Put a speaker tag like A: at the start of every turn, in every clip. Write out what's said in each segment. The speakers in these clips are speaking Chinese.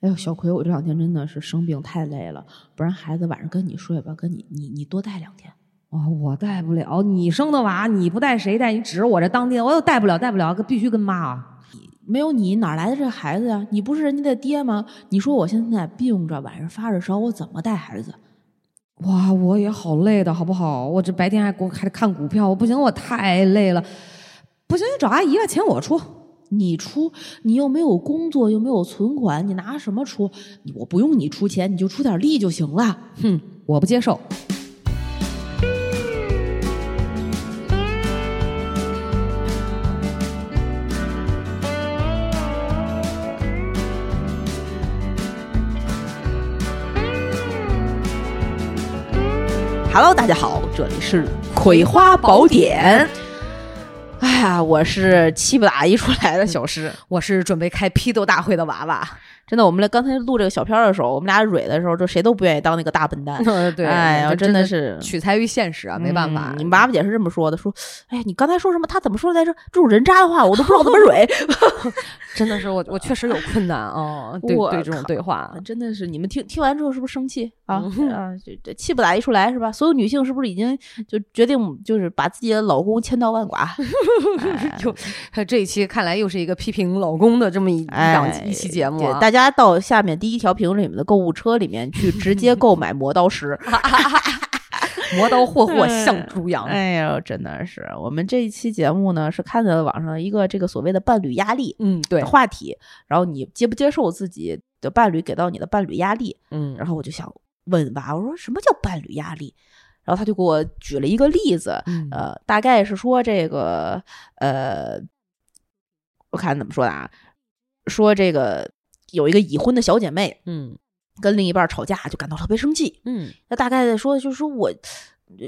A: 哎呦，小葵，我这两天真的是生病太累了，不然孩子晚上跟你睡吧，跟你你你多带两天。
B: 哦，我带不了，你生的娃，你不带谁带？你指着我这当爹，我又带不了，带不了，必须跟妈啊！
A: 没有你哪来的这孩子呀、你不是人家的爹吗？你说我现在病着，晚上发着烧，我怎么带孩子？
B: 哇，我也好累的，好不好？我这白天还给我还得看股票，我不行，我太累了，不行，你找阿姨吧，钱我出。
A: 你出，你又没有工作，又没有存款，你拿什么出？你我不用你出钱，你就出点力就行了。
B: 哼，我不接受。
A: Hello，大家好，这里是《葵花宝典》。哎呀，我是气不打一处来的小诗。
B: 我是准备开批斗大会的娃娃。
A: 真的，我们俩刚才录这个小片儿的时候，我们俩蕊的时候，就谁都不愿意当那个大笨蛋。
B: 对
A: 哎呀，真的是
B: 取材于现实啊，没办法。
A: 嗯你娃娃姐是这么说的，说，哎呀，你刚才说什么？他怎么说来着？这种人渣的话，我都不知道 怎么蕊。
B: 真的是我，我确实有困难 哦。对
A: 我
B: 对，这种
A: 靠
B: 对话，
A: 啊真的是，你们听听完之后是不是生气啊？啊，这这气不打一处来是吧？所有女性是不是已经就决定就是把自己的老公千刀万 剐？哎
B: 这一期看来又是一个批评老公的这么一一档
A: 哎
B: 一期节目
A: 对，
B: 啊。
A: 大家到下面第一条评论里面的购物车里面 去直接购买磨刀 石。
B: 磨刀霍霍
A: 嗯
B: 向猪羊，
A: 哎呦，真的是！我们这一期节目呢，是看到网上一个这个所谓的伴侣压力
B: 嗯，对
A: 的，话题，然后你接不接受自己的伴侣给到你的伴侣压力？
B: 嗯
A: 然后我就想问娃，我说什么叫伴侣压力？然后他就给我举了一个例子，
B: 呃，
A: 呃，大概是说这个，呃，我看怎么说的啊，说这个有一个已婚的小姐妹
B: 嗯
A: 跟另一半吵架，就感到特别生气。
B: 嗯
A: 那大概的说，就是说我，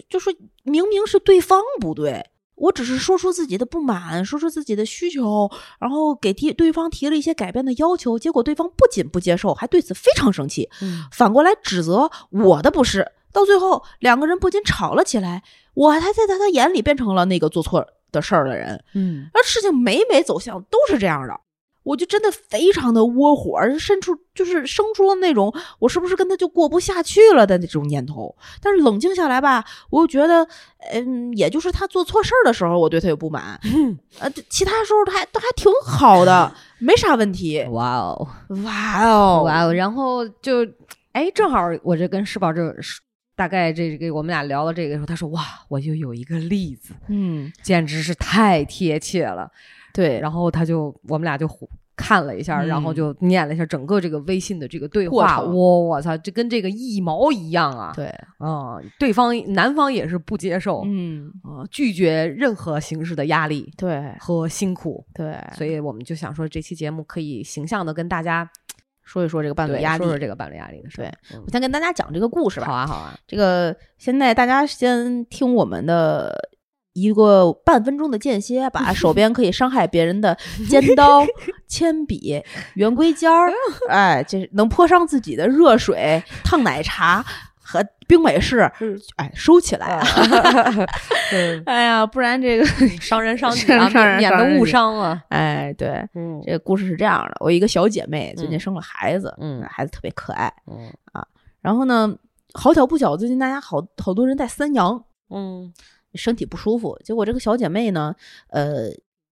A: 就说明明是对方不对，我只是说出自己的不满，说出自己的需求，然后给提对方提了一些改变的要求，结果对方不仅不接受，还对此非常生气。
B: 嗯，
A: 反过来指责我的不是。到最后，两个人不仅吵了起来，我还在在他眼里变成了那个做错的事儿的人，
B: 嗯，
A: 而事情每每走向都是这样的，我就真的非常的窝火，而甚出就是生出了那种我是不是跟他就过不下去了的那种念头。但是冷静下来吧，我又觉得，嗯，也就是他做错事儿的时候，我对他有不满，呃，其他时候他还都还挺好的，没啥问题。
B: 哇哦
A: 嗯哇哦，
B: 哇哦，然后就哎，正好我这跟世宝这大概这个我们俩聊到这个时候，他说哇，我就有一个例子，
A: 嗯，
B: 简直是太贴切了。
A: 对，
B: 然后他就我们俩就互看了一下，然
A: 嗯
B: 后就念了一下整个这个微信的这个对
A: 过
B: 话。
A: 程
B: 我我操，这跟这个一毛一样啊！
A: 对，
B: 啊、对方男方也是不接受，
A: 嗯，
B: 啊、拒绝任何形式的压力
A: 对
B: 和辛苦，
A: 对，
B: 所以我们就想说这期节目可以形象的跟大家
A: 说一说这个伴侣
B: 对
A: 压力。
B: 说说这个伴侣压力的事儿。嗯
A: 我先跟大家讲这个故事吧。
B: 好啊好 啊，
A: 这个现在大家先听我们的一个半分钟的间歇，把手边可以伤害别人 的尖刀、铅笔、圆规尖 儿，哎，这是能泼伤自己的热水、烫奶茶和冰美式，哎，收起来啊！
B: 嗯，
A: 哎呀，不然 这个，
B: 伤人伤己啊，
A: 伤人
B: 免
A: 伤
B: 免
A: 人
B: 得误伤啊。
A: 哎，对。
B: 嗯
A: 这个故事是这样的，我一个小姐妹最近
B: 嗯
A: 生了孩子，哎
B: 嗯
A: 孩子特别可爱，
B: 嗯
A: 然后呢，好巧不巧，最近大家好好多人在三阳，
B: 嗯
A: 身体不舒服。结果这个小姐妹呢，呃，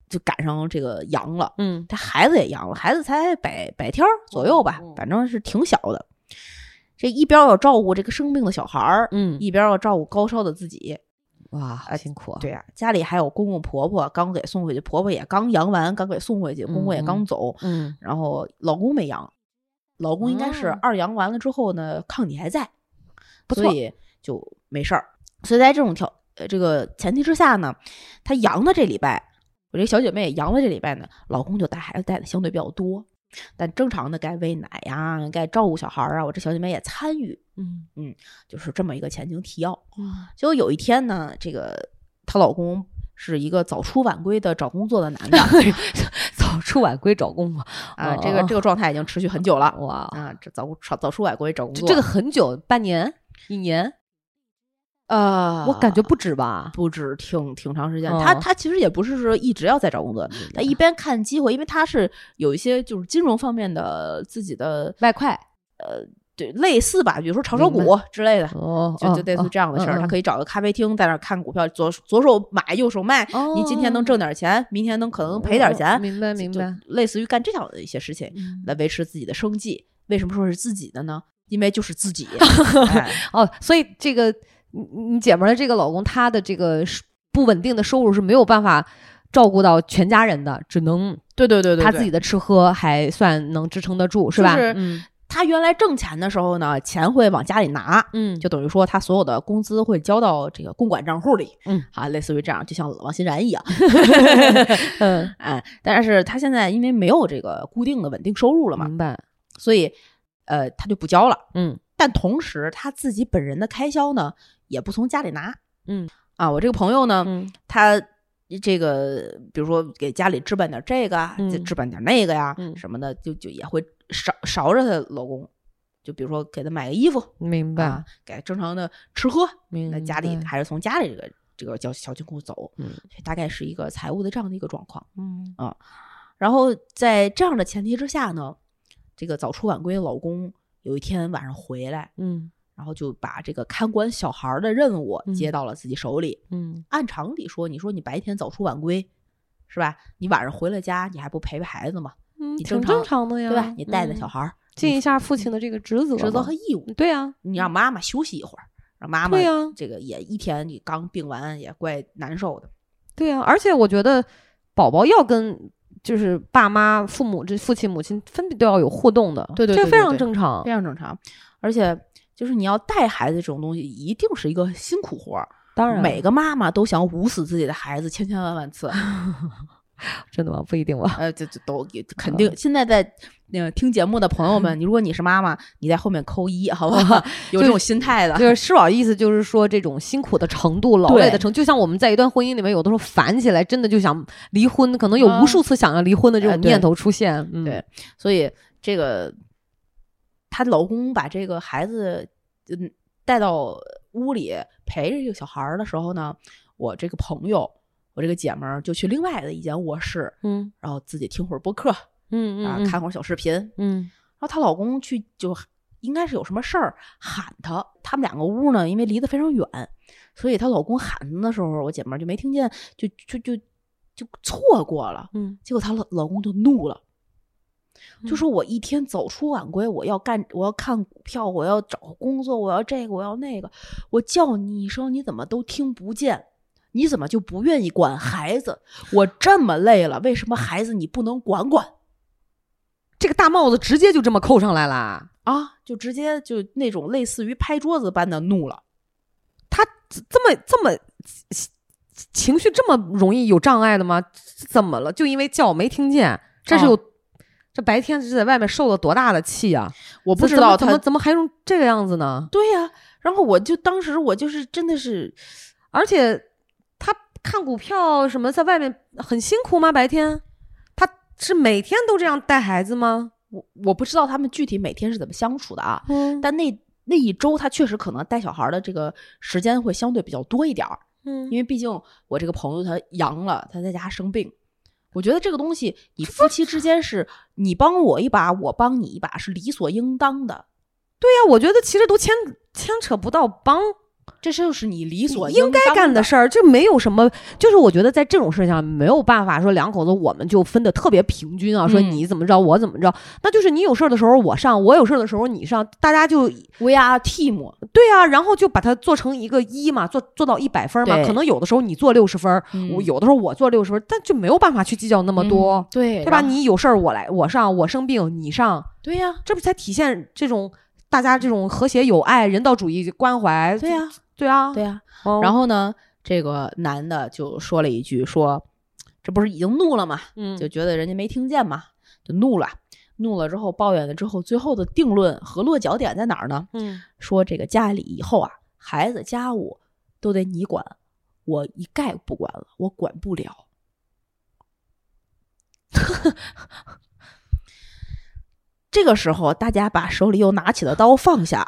A: 就赶上这个阳了，
B: 嗯
A: 她孩子也阳了，孩子才百百天儿左右吧
B: 嗯嗯，
A: 反正是挺小的。这一边要照顾这个生病的小孩儿，
B: 嗯，
A: 一边要照顾高烧的自己。
B: 哇，好辛苦啊。
A: 对呀、家里还有公公婆婆刚给送回去，婆婆也刚阳完，刚给送回去，公公也
B: 嗯嗯
A: 刚走，
B: 嗯
A: 然后老公没阳，老公应该是
B: 哦
A: 二阳完了之后呢，抗体还在，
B: 不
A: 所
B: 错
A: 以就没事儿。所以在这种条呃这个前提之下呢，她阳的这礼拜，我这小姐妹阳的这礼拜呢，老公就带孩子带的相对比较多，但正常的该喂奶呀、该照顾小孩儿啊，我这小姐妹也参与，
B: 嗯
A: 就是这么一个前情提要。
B: 哇
A: 结果有一天呢，这个她老公是一个早出晚归的找工作的男的
B: 哦早出晚归找工作
A: 啊，这个这个状态已经持续很久了。
B: 哇，
A: 啊啊，这早早早出晚归找工
B: 这
A: 作，
B: 这个很久，半年、一年，
A: 呃，
B: 我感觉不止吧？
A: 不止挺挺长时间。
B: 嗯
A: 他他其实也不是说一直要在找工作，他一边看机会，因为他是有一些就是金融方面的自己的
B: 外快
A: 对类似吧，比如说炒炒
B: 明
A: 股之类的，
B: 哦，
A: 就就类似这样的事儿。他可以找个咖啡厅，在那儿看股票，左左手买，右手卖。
B: 以
A: 你今天能挣点钱，明天能可能赔点钱，
B: 哦明白明
A: 就
B: 白。
A: 类似于干这样的一些事情
B: 嗯
A: 来维持自己的生计。为什么说是自己的呢？因为就是自 己，哎
B: 哦，所以这个你你姐们儿的这个老公，他的这个收不稳定的收入是没有办法照顾到全家人的，只能
A: 对对对对，
B: 他
A: 对
B: 自己的吃喝还算能支撑得住，是吧？
A: 就是
B: 嗯
A: 他原来挣钱的时候呢，钱会往家里拿，
B: 嗯，
A: 就等于说他所有的工资会交到这个公管账户里，
B: 嗯，
A: 啊，类似于这样，就像王欣然一 样，
B: 嗯，
A: 哎，但是他现在因为没有这个固定的稳定收入了嘛，
B: 明白。
A: 所以呃，他就不交了。
B: 嗯
A: 但同时，他自己本人的开销呢，也不从家里拿。
B: 嗯，
A: 啊，我这个朋友呢，
B: 嗯
A: 他这个比如说给家里置办点这个啊，
B: 嗯
A: 就置办点那个呀，
B: 嗯
A: 什么的，就就也会勺勺着她老公，就比如说给他买个衣服，
B: 明白
A: 啊，，给正常的吃喝，
B: 明白。
A: 那家里还是从家里这个这个叫小金库走，
B: 嗯
A: 所以大概是一个财务的这样的一个状况。
B: 嗯
A: 然后在这样的前提之下呢，这个早出晚归的老公有一天晚上回来，
B: 嗯
A: 然后就把这个看管小孩儿的任务接到了自己手里。
B: 嗯
A: 按常理说，你说你白天早出晚归，是吧？你晚上回了家，你还不陪陪孩子吗？
B: 嗯，
A: 你
B: 挺
A: 正
B: 正
A: 常
B: 常的呀，
A: 对啊嗯吧？你带着小
B: 嗯
A: 孩儿，
B: 尽一下父亲的这个职责嘛，
A: 职责和义务，
B: 对呀，
A: 你让妈妈休息一会儿，让妈妈
B: 对呀
A: 这个也一天你刚病完也怪难受的。
B: 对呀，而且我觉得宝宝要跟。就是爸妈、父母这父亲、母亲分别都要有互动的，
A: 对对
B: 这
A: 对
B: 非
A: 对
B: 常
A: 对
B: 正常
A: 非。常正常。而且就是你要带孩子这种东西，一定是一个辛苦活儿。
B: 当然，
A: 每个妈妈都想捂死自己的孩子千千万万 次，
B: 真的吗？不一定 吧。
A: 呃，这这都也肯定。现在在那个听节目的朋友 们，你如果你是妈妈，你在后面扣一，好不 好？有这种心态的，
B: 就是施老意思就是说，这种辛苦的程度、劳累的程度，就像我们在一段婚姻里面，有的时候烦起来，真的就想离婚，可能有
A: 啊
B: 无数次想要离婚的这
A: 哎
B: 种
A: 对
B: 念头出现。嗯，
A: 对所以这个她老公把这个孩子嗯带到屋里陪着这个小孩儿的时候呢，我这个朋友，我这个姐们儿就去另外的一间卧室，
B: 嗯
A: 然后自己听会儿播客，
B: 嗯嗯
A: 啊，
B: 嗯
A: 看会儿小视频。然
B: 嗯
A: 后她老公去就应该是有什么事儿喊她，他们两个屋呢，因为离得非常远，所以她老公喊她的时候，我姐们儿就没听见，就就就就错过了。
B: 嗯
A: 结果她老老公就怒了。就
B: 嗯
A: 说我一天早出晚归，我要干，我要看股票，我要找工作，我要这个，我要那个，我叫你一声，你怎么都听不见？你怎么就不愿意管孩子？我这么累了，为什么孩子你不能管管？
B: 这个大帽子直接就这么扣上来啦。
A: 啊，就直接就那种类似于拍桌子般的怒了。
B: 这么这么情绪这么容易有障碍的吗？这怎么了？就因为叫没听见，这是有、这白天这是在外面受了多大的气啊！
A: 嗯我
B: 我
A: 不知道
B: 怎么
A: 他，
B: 怎么还用这个样子呢？
A: 对呀、然后我就当时我就是真的是，
B: 而且他看股票什么，在外面很辛苦吗？白天他是每天都这样带孩子吗？
A: 我我不知道他们具体每天是怎么相处的啊。
B: 嗯
A: 但那那一周，他确实可能带小孩的这个时间会相对比较多一点儿，
B: 嗯
A: 因为毕竟我这个朋友他阳了，他在家生病。我觉得这个东西，你夫妻之间是你帮我一把，我帮你一把，是理所应当的。
B: 对呀、我觉得其实都牵牵扯不到帮
A: 这就是你理所
B: 应该
A: 当
B: 干的
A: 的
B: 事儿，就没有什么，就是我觉得在这种事情上没有办法说两口子我们就分的特别平均啊，说
A: 嗯
B: 你怎么着我怎么着，那就是你有事儿的时候我上，我有事儿的时候你上，大家就
A: We are team，
B: 对啊，然后就把它做成一个一嘛，做做到一百分儿嘛，
A: 对
B: 可能有的时候你做六十分儿，我有的时候我做六十分儿，但就没有办法去计较那么多，
A: 嗯对
B: 对吧？
A: 然后
B: 你有事儿我来，我上，我生病你上，
A: 对呀、
B: 这不才体现这种大家这种和谐友爱、人道主义关怀？
A: 对呀、
B: 对啊，
A: 对呀、
B: 哦
A: 然后呢，这个男的就说了一句说，这不是已经怒了吗？
B: 嗯
A: 就觉得人家没听见嘛，就怒了。怒了之后抱怨了之后，最后的定论和落脚点在哪儿呢？
B: 嗯。
A: 说这个家里以后啊，孩子家务都得你管，我一概不管了，我管不了。 这个时候，大家把手里又拿起的刀放下，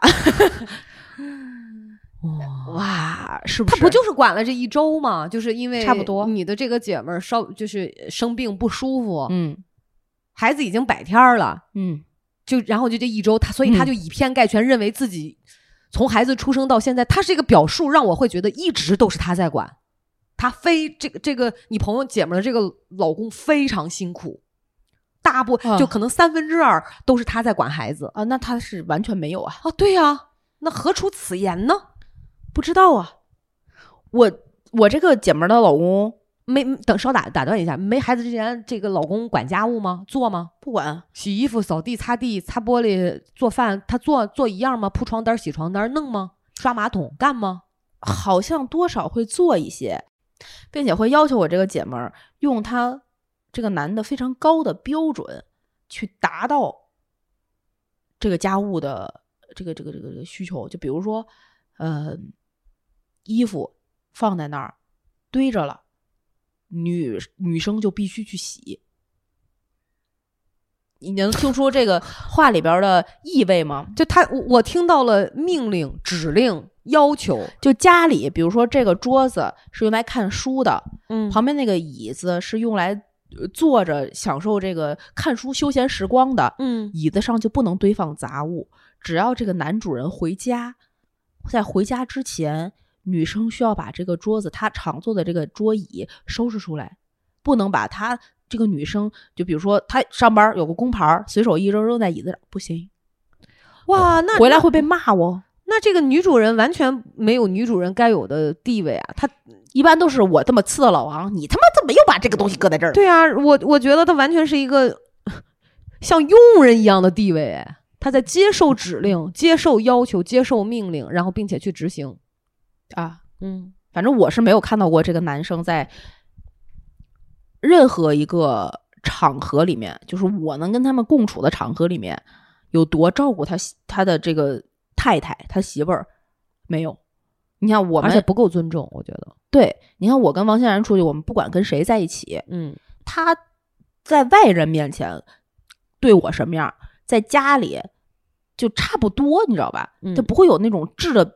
B: 哇
A: 哇，是不
B: 他
A: 是？
B: 不就是管了这一周吗？就是因为
A: 差不多
B: 你的这个姐们儿稍就是生病不舒服，
A: 嗯
B: 孩子已经百天儿了，
A: 嗯
B: 就然后就这一周，他所以他
A: 嗯
B: 就以偏概全，认为自己从孩子出生到现在，他是一个表述，让我会觉得一直都是他在管，他非这个这个你朋友姐们儿的这个老公非常辛苦，大部
A: 啊
B: 就可能三分之二都是他在管孩子
A: 啊，那他是完全没有啊，
B: 啊，对呀、那何出此言呢？
A: 不知道啊。我我这个姐们儿的老公
B: 没嗯等稍打打断一下，没孩子之前，这个老公管家务吗？做吗？
A: 不管，
B: 洗衣服、扫地、擦地、擦玻璃、做饭，他做做一样吗？铺床单、洗床单，弄吗？刷马桶干吗？
A: 好像多少会做一些，并且会要求我这个姐们儿用她这个男的非常高的标准去达到这个家务的这个这个这个这个需求。就比如说，呃，衣服放在那儿堆着了，女女生就必须去洗。你能听出这个话里边儿的意味吗？
B: 就他，我我听到了命令、指令、要求，
A: 就家里，比如说这个桌子是用来看书的，
B: 嗯
A: 旁边那个椅子是用来呃坐着享受这个看书休闲时光的，
B: 嗯，
A: 椅子上就不能堆放杂物。只要这个男主人回家，在回家之前，女生需要把这个桌子，她常坐的这个桌椅收拾出来，不能把她这个女生，就比如说她上班有个工牌儿，随手一扔扔在椅子上，不行，
B: 哇，那
A: 回来会被骂哦。
B: 那这个女主人完全没有女主人该有的地位啊！她
A: 一般都是我这么刺的老王，你他妈怎么又把这个东西搁在这儿了？
B: 对啊，我我觉得她完全是一个 像佣人一样的地位，哎她在接受指令、接受要求、接受命令，然后并且去执行。
A: 啊，
B: 嗯，
A: 反正我是没有看到过这个男生在任何一个场合里面，就是我能跟他们共处的场合里面，有多照顾他媳他的这个太太，他媳妇儿没有。你看我
B: 而且
A: 们
B: 不够尊重，我觉得。
A: 对，你看我跟王欣然出去，我们不管跟谁在一起，
B: 嗯，
A: 他在外人面前对我什么样，在家里就差不多，你知道吧？
B: 嗯
A: 就不会有那种质的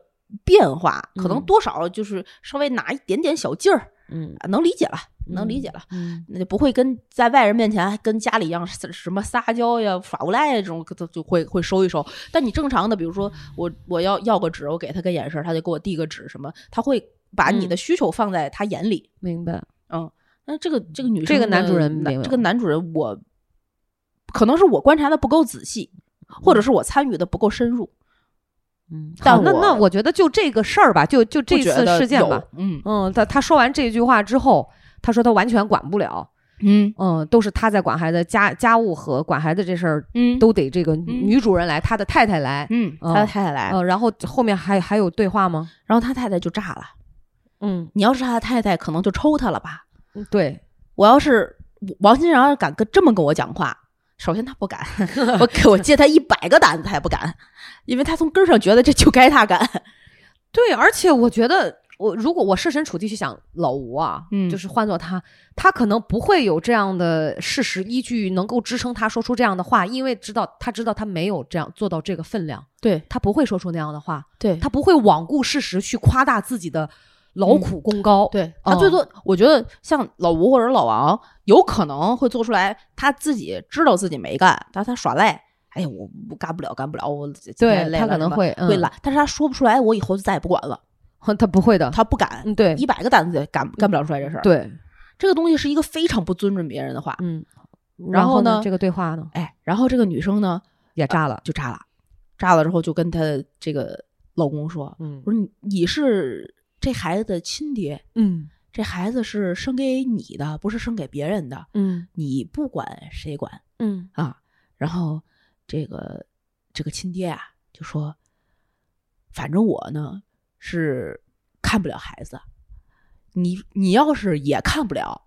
A: 变化，可能
B: 嗯
A: 多少就是稍微拿一点点小劲儿，
B: 嗯，
A: 啊能理解了，能理解了。
B: 嗯，
A: 那就不会跟在外人面前还跟家里一样是什么撒娇呀、耍无赖呀这种，就就会会收一收。但你正常的，比如说我我要要个纸，我给他个眼神儿，他就给我递个纸什么，他会把你
B: 嗯
A: 的需求放在他眼里。
B: 明白。
A: 嗯，那这个这个女
B: 这
A: 生
B: 个男
A: 的
B: 主人
A: 男
B: 没有
A: 这个男主人我可能是我观察的不够仔细，或者是我参与的不够深入。
B: 嗯，
A: 但
B: 好那
A: 我
B: 那我觉得就这个事儿吧，就就这
A: 不觉
B: 次
A: 得
B: 事件
A: 有
B: 吧。，
A: 嗯
B: 嗯，他他说完这句话之后，他说他完全管不了，
A: 嗯
B: 嗯，都是他在管孩子，家家务和管孩子这事儿
A: 嗯
B: 都得这个女主人来，他的太太来。
A: 嗯，他的太太来，
B: 嗯，然后后面还还有对话吗？
A: 然后他太太就炸了。
B: 嗯，
A: 你要是他的太太，可能就抽他了吧。
B: 对，
A: 我要是王欣然要是敢跟这么跟我讲话，首先他不 敢，我给我借他一百个胆子他也不敢，因为他从根儿上觉得这就该他 敢。
B: 对，而且我觉得我，如果我设身处地去想老吴啊，
A: 嗯
B: 就是换做他，他可能不会有这样的事实依据能够支撑他说出这样的话，因为知道他知道他没有这样做到这个分量，
A: 对
B: 他不会说出那样的话，
A: 对
B: 他不会罔顾事实去夸大自己的劳苦功高。
A: 对
B: 哦
A: 他最多，我觉得像老吴或者老王，有可能会做出来，他自己知道自己没干，但是他耍赖。哎呀，我我干不了，干不了，我今天累
B: 他
A: 了
B: 可能
A: 什么
B: 会、嗯、
A: 会懒，但是他说不出来，我以后就再也不管了，
B: 他不会的，
A: 他不敢，
B: 嗯，对
A: 一百个胆子也干干不了出来这事儿。，
B: 对，
A: 这个东西是一个非常不尊重别人的话。
B: 嗯。
A: 然后
B: 呢啊
A: 呢？
B: 这个对话呢
A: 哎，然后这个女生呢，
B: 也炸了。
A: 就炸了，炸了之后就跟她这个老公说
B: 嗯：“
A: 我说你你是这孩子的亲爹，
B: 嗯
A: 这孩子是生给你的，不是生给别人的，
B: 嗯
A: 你不管谁管
B: 嗯
A: 啊。”然后这个这个亲爹啊就说：“反正我呢是看不了孩子，你你要是也看不了，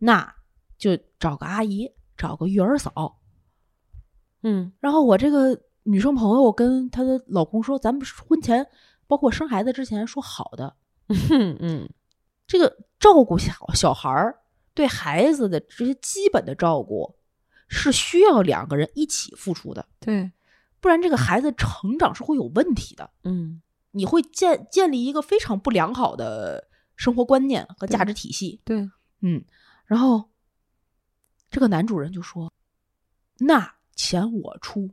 A: 那就找个阿姨，找个育儿嫂。”
B: 嗯
A: 然后我这个女生朋友跟她的老公说，咱们婚前包括生孩子之前说好的，
B: 嗯嗯
A: 这个照顾小小孩儿对孩子的这些基本的照顾是需要两个人一起付出的，
B: 对
A: 不然这个孩子成长是会有问题的。
B: 嗯
A: 你会建建立一个非常不良好的生活观念和价值体系。
B: 对，
A: 嗯，然后这个男主人就说：“那钱我出。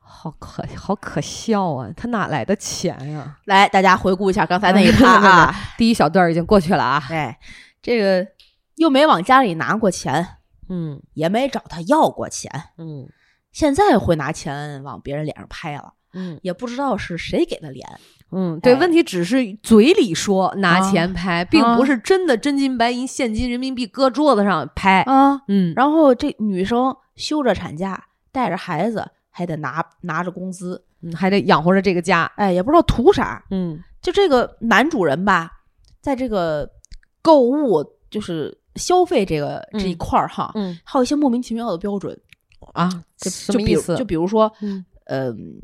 B: 好可好可笑啊！他哪来的钱啊呀、”
A: 来，大家回顾一下刚才那一 趴 啊，
B: 第一小段已经过去了啊。
A: 哎，这个又没往家里拿过钱，
B: 嗯
A: 也没找他要过钱，
B: 嗯
A: 现在会拿钱往别人脸上拍了，
B: 嗯
A: 也不知道是谁给的脸。
B: 嗯，对，
A: 哎
B: 问题只是嘴里说拿钱拍，并
A: 啊
B: 不是真的真金白银、现金、人民币搁桌子上拍。
A: 啊，
B: 嗯，
A: 然后这女生休着产假，带着孩子，还得拿拿着工资，
B: 嗯还得养活着这个家。
A: 哎，也不知道图啥。
B: 嗯
A: 就这个男主人吧，在这个购物就是消费这个这一
B: 嗯
A: 块儿哈，
B: 嗯
A: 还有一些莫名其妙的标准，
B: 啊，
A: 就
B: 什
A: 就
B: 么
A: 比
B: 意
A: 如
B: 思？
A: 就比如说，
B: 嗯
A: 嗯、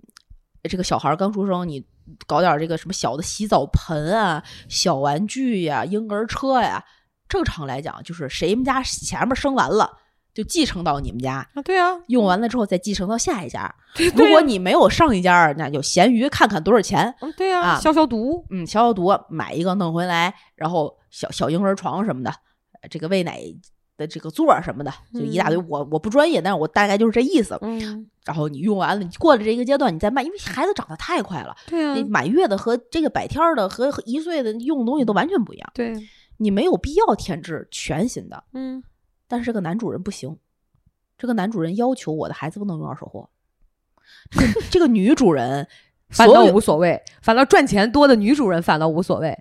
A: 这个小孩儿刚出生，你搞点这个什么小的洗澡盆啊、小玩具呀、婴儿车呀、正常来讲就是谁们家前面生完了，就继承到你们家，
B: 啊，对啊，
A: 用完了之后再继承到下一家。
B: 对
A: 如
B: 啊
A: 果你没有上一家，那就闲鱼看看多少钱，
B: 嗯对
A: 啊
B: 消消毒。
A: 嗯，消消毒，买一个弄回来，然后小小婴儿床什么的，呃这个喂奶的这个座儿什么的，就一大堆。
B: 嗯
A: 我我不专业，但是我大概就是这意思。
B: 嗯，
A: 然后你用完了，你过了这一个阶段，你再卖，因为孩子长得太快了，
B: 对啊
A: 你满月的和这个百天儿的和和一岁的用的东西都完全不一样，
B: 对，
A: 你没有必要添置全新的。
B: 嗯
A: 但是这个男主人不行，这个男主人要求我的孩子不能用二手货。 这个这个女主 人，
B: 反
A: 所
B: 倒
A: 有
B: 无所谓，反倒赚钱多的女主人反倒无所谓。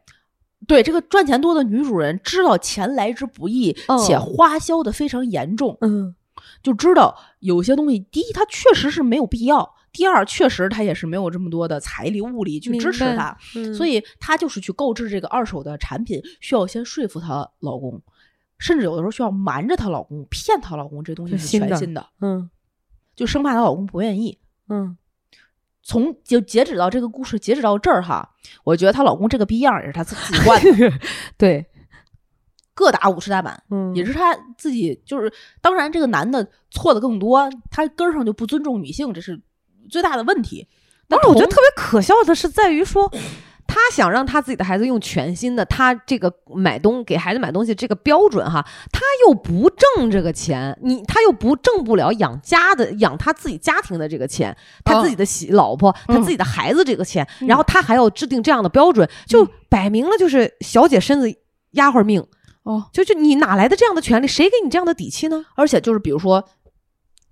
A: 对这个赚钱多的女主人知道钱来之不易，
B: 嗯
A: 且花销的非常严重，
B: 嗯
A: 就知道有些东西，第一它确实是没有必要，第二确实她也是没有这么多的财力物力去支持
B: 明白
A: 她，
B: 嗯，
A: 所以她就是去购置这个二手的产品，需要先说服她老公，甚至有的时候需要瞒着她老公，骗她老公这东西
B: 是
A: 是
B: 新
A: 全
B: 的
A: 新的，
B: 嗯
A: 就生怕她老公不愿意。
B: 嗯
A: 从就截止到这个故事截止到这儿哈，我觉得她老公这个逼样儿也是她自自己惯的，
B: 对，
A: 各打五十大板，
B: 嗯
A: 也是她自己就是。当然，这个男的错的更多，他根儿上就不尊重女性，这是最大的问题。但
B: 但是我觉得
A: 同
B: 特别可笑的是在于说，他想让他自己的孩子用全新的，他这个买东给孩子买东西这个标准哈，他又不挣这个钱，你他又不挣不了养家的养他自己家庭的这个钱，他
A: 嗯
B: 自己的媳老婆，他自己的孩子这个钱，
A: 嗯
B: 然后他还要制定这样的标准，就
A: 嗯
B: 摆明了就是小姐身子丫鬟命，
A: 哦，
B: 就就你哪来的这样的权利？谁给你这样的底气呢？
A: 而且就是比如说，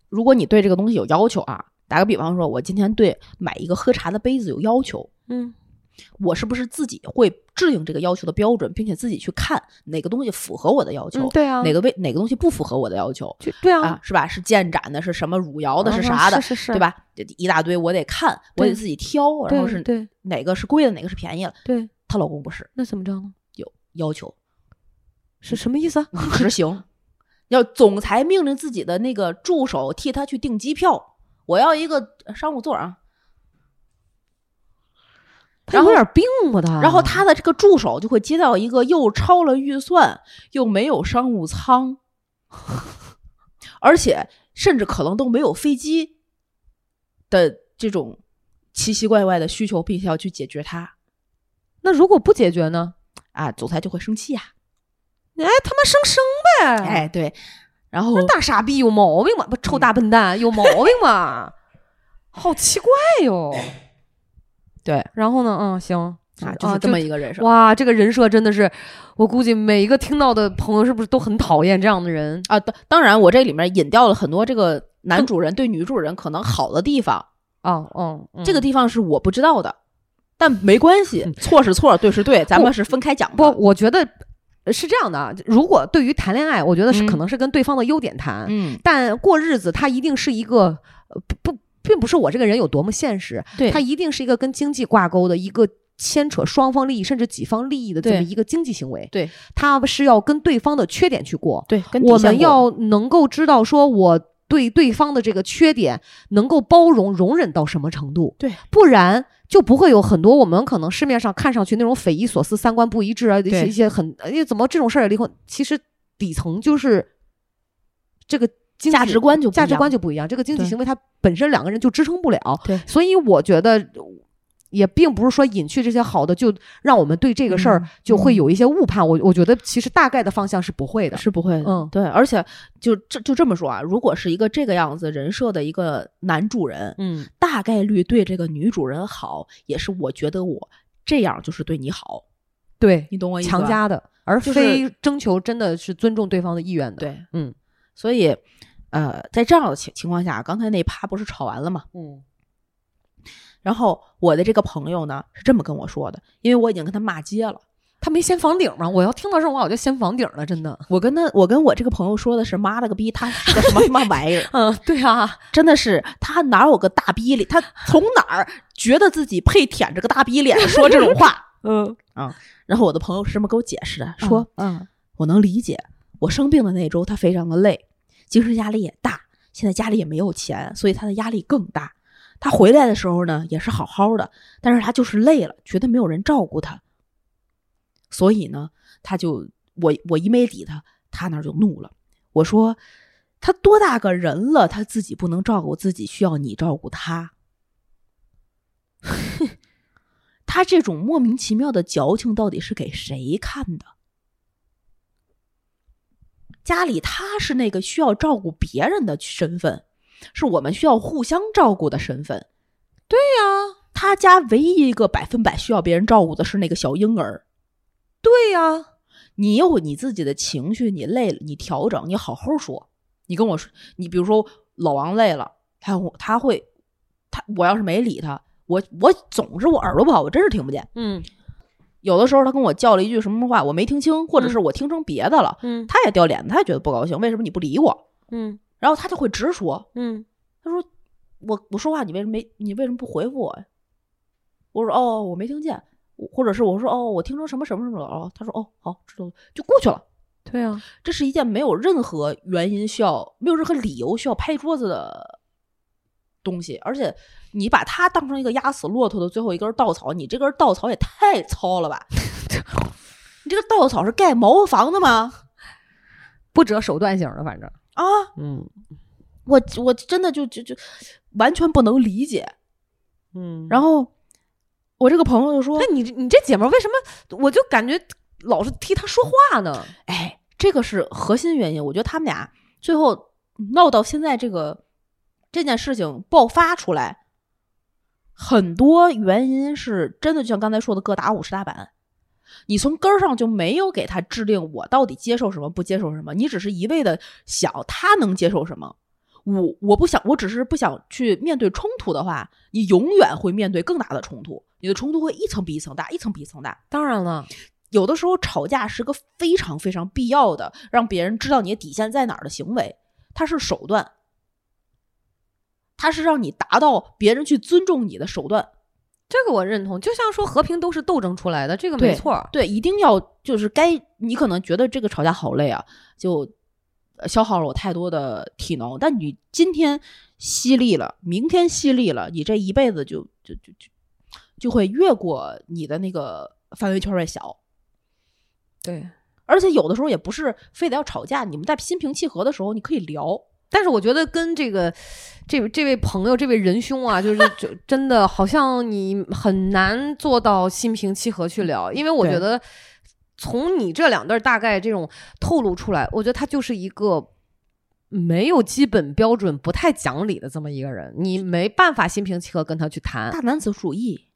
A: 如果你对这个东西有要求啊，打个比方说，我今天对买一个喝茶的杯子有要求，
B: 嗯
A: 我是不是自己会制定这个要求的标准，并且自己去看哪个东西符合我的要求，
B: 嗯，对啊，
A: 哪个位哪个东西不符合我的要求？
B: 就对啊
A: 啊，，是吧？是建盏的，是什么汝窑的，是
B: 嗯
A: 啥的，
B: 是是是，
A: 对？吧？这一大堆，我得看，我
B: 对
A: 得自己挑，然后
B: 对
A: 是
B: 对
A: 哪个是贵的，哪个是便宜了。
B: 对，
A: 她老公不是
B: 那怎么着呢？
A: 有要求，
B: 是什么意思啊？
A: 你执行， 要总裁命令自己的那个助手替他去订机票，我要一个商务座啊。
B: 他有点病吧他？
A: 然后他的这个助手就会接到一个又超了预算，又没有商务舱， 而且甚至可能都没有飞机的这种奇奇怪怪的需求，并且要去解决它
B: 那如果不解决呢？
A: 啊，总裁就会生气呀、
B: 哎，他妈生生呗！，
A: 哎，对，然后
B: 大傻逼有毛病吧？不，臭大笨蛋有毛病吧？ 好奇怪哟。
A: 对
B: 然后呢？嗯，行
A: 啊，就是这么一个人生
B: 哇，这个人设真的是，我估计每一个听到的朋友是不是都很讨厌这样的人？
A: 啊。当当然，我这里面引掉了很多这个男主人对女主人可能好的地方，
B: 哦，哦，嗯
A: 这个地方是我不知道的。但没关系
B: 嗯，
A: 错是错，对是对，咱
B: 不
A: 们是分开讲的。
B: 不，我觉得是这样的啊。如果对于谈恋爱，我觉得是
A: 嗯
B: 可能是跟对方的优点谈，
A: 嗯，
B: 但过日子他一定是一个呃不不，并不是我这个人有多么现实，
A: 对，
B: 它一定是一个跟经济挂钩的一个牵扯双方利益甚至几方利益的这么
A: 对
B: 一个经济行为。
A: 对，
B: 它是要跟对方的缺点去过，
A: 对，跟底
B: 我
A: 线
B: 们
A: 过
B: 要能够知道说我。对对方的这个缺点能够包容容忍到什么程度？
A: 对，
B: 不然就不会有很多我们可能市面上看上去那种匪夷所思、三观不一致啊，一些
A: 对
B: 一些很哎怎么这种事儿也离婚？其实底层就是这个经济
A: 价值观就不一
B: 价
A: 样
B: 值观就不一样。这个经济
A: 对
B: 行为它本身两个人就支撑不了，
A: 对
B: 所以我觉得呃也并不是说隐去这些好的就让我们对这个事儿
A: 嗯
B: 就会
A: 嗯
B: 有一些误判。我我觉得其实大概的方向是不会的。
A: 是不会的。
B: 嗯
A: 对，而且就这就这么说啊，如果是一个这个样子人设的一个男主人，
B: 嗯，
A: 大概率对这个女主人好，也是我觉得我这样就是对你好，
B: 对，
A: 你懂我意思吧？
B: 强加的，而
A: 就是
B: 非征求真的是尊重对方的意愿的。，
A: 对，
B: 嗯，
A: 所以呃，在这样的情情况下，刚才那趴不是吵完了吗？
B: 嗯
A: 然后我的这个朋友呢是这么跟我说的，因为我已经跟他骂街了。
B: 他没掀房顶吗？我要听到这种话，我就掀房顶了，真的。
A: 我跟他，我跟我这个朋友说的是，妈了个逼，他是个什么他妈玩意儿？
B: 嗯，对啊，
A: 真的是他哪有个大逼脸？他从哪儿觉得自己配舔着个大逼脸说这种话？
B: 嗯，
A: 然后我的朋友是这么给我解释的，说、
B: 嗯，
A: 我能理解，我生病的那周他非常的累，精神压力也大，现在家里也没有钱，所以他的压力更大。他回来的时候呢，也是好好的，但是他就是累了，觉得没有人照顾他，所以呢，他就我我一没理他，他那儿就怒了。我说他多大个人了，他自己不能照顾自己，需要你照顾他。 他这种莫名其妙的矫情，到底是给谁看的？家里他是那个需要照顾别人的身份，是我们需要互相照顾的身份。
B: 对呀，
A: 他家唯一一个百分百需要别人照顾的是那个小婴儿。
B: 对呀，
A: 你有你自己的情绪，你累了，你调整，你好好说。你跟我说，你比如说老王累了，他他会，他我要是没理他，我我总之我耳朵不好，我真是听不见。
B: 嗯
A: 有的时候他跟我叫了一句什么话，我没听清，或者是我听成别的了，
B: 嗯
A: 他也掉脸，他也觉得不高兴，为什么你不理我？
B: 嗯
A: 然后他就会直说，
B: 嗯
A: 他说：“我我说话你为什么没你为什么不回复我呀？”我说：“哦，我没听见。”我或者是我说：“哦，我听成什么什么什么了。”哦，他说：“哦，好，知道了，就过去了。
B: 对啊，”
A: 这是一件没有任何原因需要、没有任何理由需要拍桌子的东西，而且你把它当成一个压死骆驼的最后一根稻草，你这根稻草也太糙了吧？你这个稻草是盖茅房的吗？
B: 不择手段型的，反正，
A: 啊，
B: 嗯
A: 我我真的就就就完全不能理解。
B: 嗯然
A: 然
B: 后，
A: 后我这个朋友就说
B: 那你这你这姐们儿为什么我就感觉老是替她说话呢？：“
A: 哎，这个是核心原因。我觉得他们俩最后闹到现在这个这件事情爆发出来，很多原因是真的，就像刚才说的，各打五十大板。你从根儿上就没有给他制定我到底接受什么，不接受什么，你只是一味的想他能接受什么。”我我不想，我只是不想去面对冲突的话，你永远会面对更大的冲突，你的冲突会一层比一层大，一层比一层大。
B: 当然了，
A: 有的时候吵架是个非常非常必要的，让别人知道你的底线在哪儿的行为，它是手段，它是让你达到别人去尊重你的手段。
B: 这个我认同。就像说和平都是斗争出来的，这个
A: 对
B: 没错儿。
A: 对，一定要就是该你可能觉得这个吵架好累啊，就呃消耗了我太多的体能，但你今天犀利了，明天犀利了，你这一辈子就就就就就会越过你的那个范围圈儿越小。
B: 对，
A: 而且有的时候也不是非得要吵架，你们在心平气和的时候，你可以聊。
B: 但是我觉得跟这个这位这位朋友这位仁兄啊，就是 就真的好像你很难做到心平气和去聊，因为我
A: 对
B: 觉得从你这两段大概这种透露出来，我觉得他就是一个。没有基本标准、不太讲理的这么一个人，你没办法心平气和跟他去谈
A: 大。男子主义，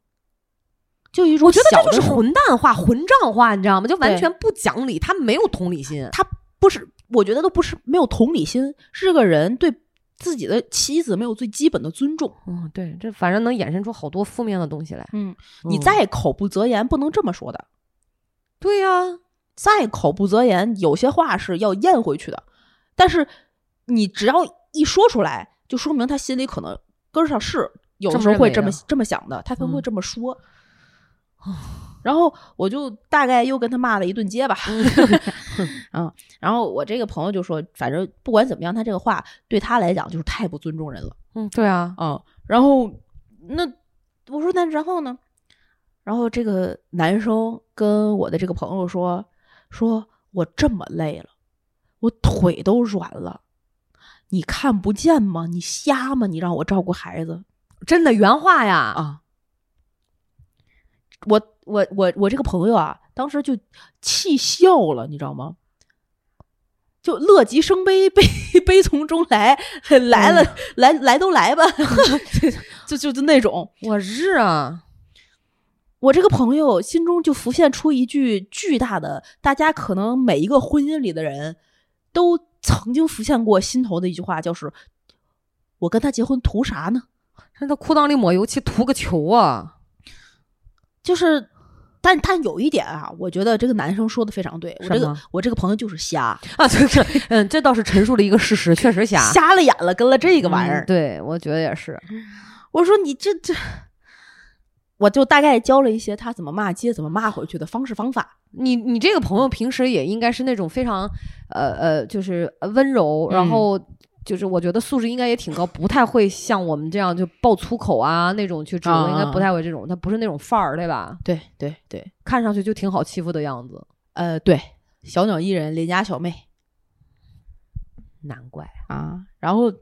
A: 就有一种
B: 我觉得
A: 小
B: 这就
A: 的
B: 是
A: 时候
B: 混蛋话、混账话，你知道吗？就完
A: 对
B: 全不讲理，他没有同理心。
A: 他不是，我觉得都不是没有同理心，是这个人对自己的妻子没有最基本的尊重。
B: 嗯，对，这反正能衍生出好多负面的东西来。
A: 嗯，你
B: 嗯
A: 再口不择言，不能这么说的。
B: 对呀、
A: 再口不择言，有些话是要咽回去的，但是你只要一说出来，就说明他心里可能根儿上是有
B: 这
A: 的
B: 么
A: 时候会
B: 认为
A: 这么
B: 的
A: 这么想的，他才会
B: 嗯
A: 这么说。嗯然后我就大概又跟他骂了一顿街 吧，嗯，然后我这个朋友就说，反正不管怎么样，他这个话对他来讲就是太不尊重人了。
B: 嗯，对啊，
A: 嗯，然后那我说那然后呢？然后这个男生跟我的这个朋友说，说我这么累了，我腿都软了，你看不见吗？你瞎吗？你让我照顾孩子
B: 真的原话呀，
A: 啊！我我我我这个朋友啊，当时就气笑了，你知道吗？就乐极生悲，悲悲从中来， 来了、来来都来吧， 就就就那种。
B: 我是啊，
A: 我这个朋友心中就浮现出一句巨大的，大家可能每一个婚姻里的人都曾经浮现过心头的一句话，就是“我跟他结婚图啥呢
B: 那他裤裆里抹油漆图个球啊，”。
A: 就是，但但有一点啊，我觉得这个男生说的非常对。我
B: 什
A: 这个
B: 么
A: 我这个朋友就是瞎，
B: 啊，就是， 嗯，这倒是陈述了一个事实，确实瞎，
A: 瞎了眼了，跟了这
B: 这
A: 个玩意儿。
B: 对我觉得也是，
A: 我说你这这，我就大概教了一些他怎么骂街、怎么骂回去的方式方法。
B: 你你这个朋友平时也应该是那种非常，呃呃，就是呃温柔，然后就是我觉得素质应该也挺高，不太会像我们这样就爆粗口啊那种去指
A: 啊
B: 责，应该
A: 啊
B: 不太会这种，他不是那种范儿，对吧？
A: 对对对，
B: 看上去就挺好欺负的样子，
A: 呃，对，小鸟依人，邻家小妹。
B: 难怪
A: 啊，然后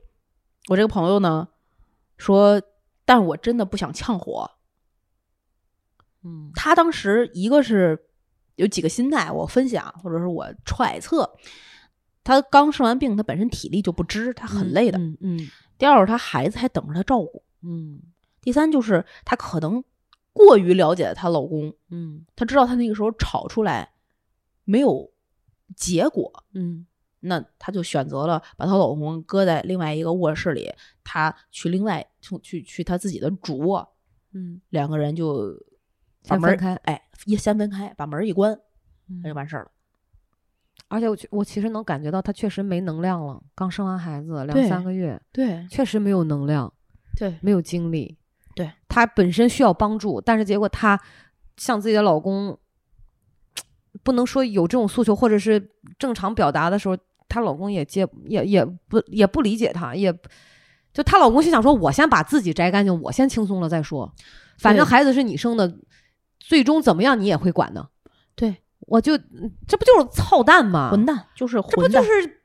A: 我这个朋友呢说，但我真的不想呛火。
B: 嗯
A: 他当时一个是有几个心态，我分享或者是我揣测，他刚生完病，他本身体力就不支，他很累的。
B: 嗯嗯
A: 第二，他孩子还等着他照顾。
B: 嗯
A: 第三，就是他可能过于了解她老公，
B: 嗯
A: 他知道他那个时候吵出来没有结果，
B: 嗯
A: 那她就选择了把她老公搁在另外一个卧室里，她去另外从去去她自己的主卧，
B: 嗯，
A: 两个人就把
B: 先
A: 门
B: 分
A: 儿
B: 开，
A: 哎一先分开，把门儿一关，那就完事儿了。
B: 嗯而且我觉我其实能感觉到他确实没能量了，刚生完孩子两
A: 对
B: 三个月，
A: 对
B: 确实没有能量，
A: 对
B: 没有精力。
A: 对，
B: 她本身需要帮助，但是结果她向自己的老公，不能说有这种诉求，或者是正常表达的时候，她老公也接也也不也不理解她，也就她老公就想说，我先把自己摘干净，我先轻松了再说，反正
A: 对
B: 孩子是你生的，最终怎么样你也会管的。
A: 对，
B: 我就嗯这不就是操蛋吗？
A: 混蛋就是
B: 这不
A: 混
B: 就
A: 蛋，
B: 是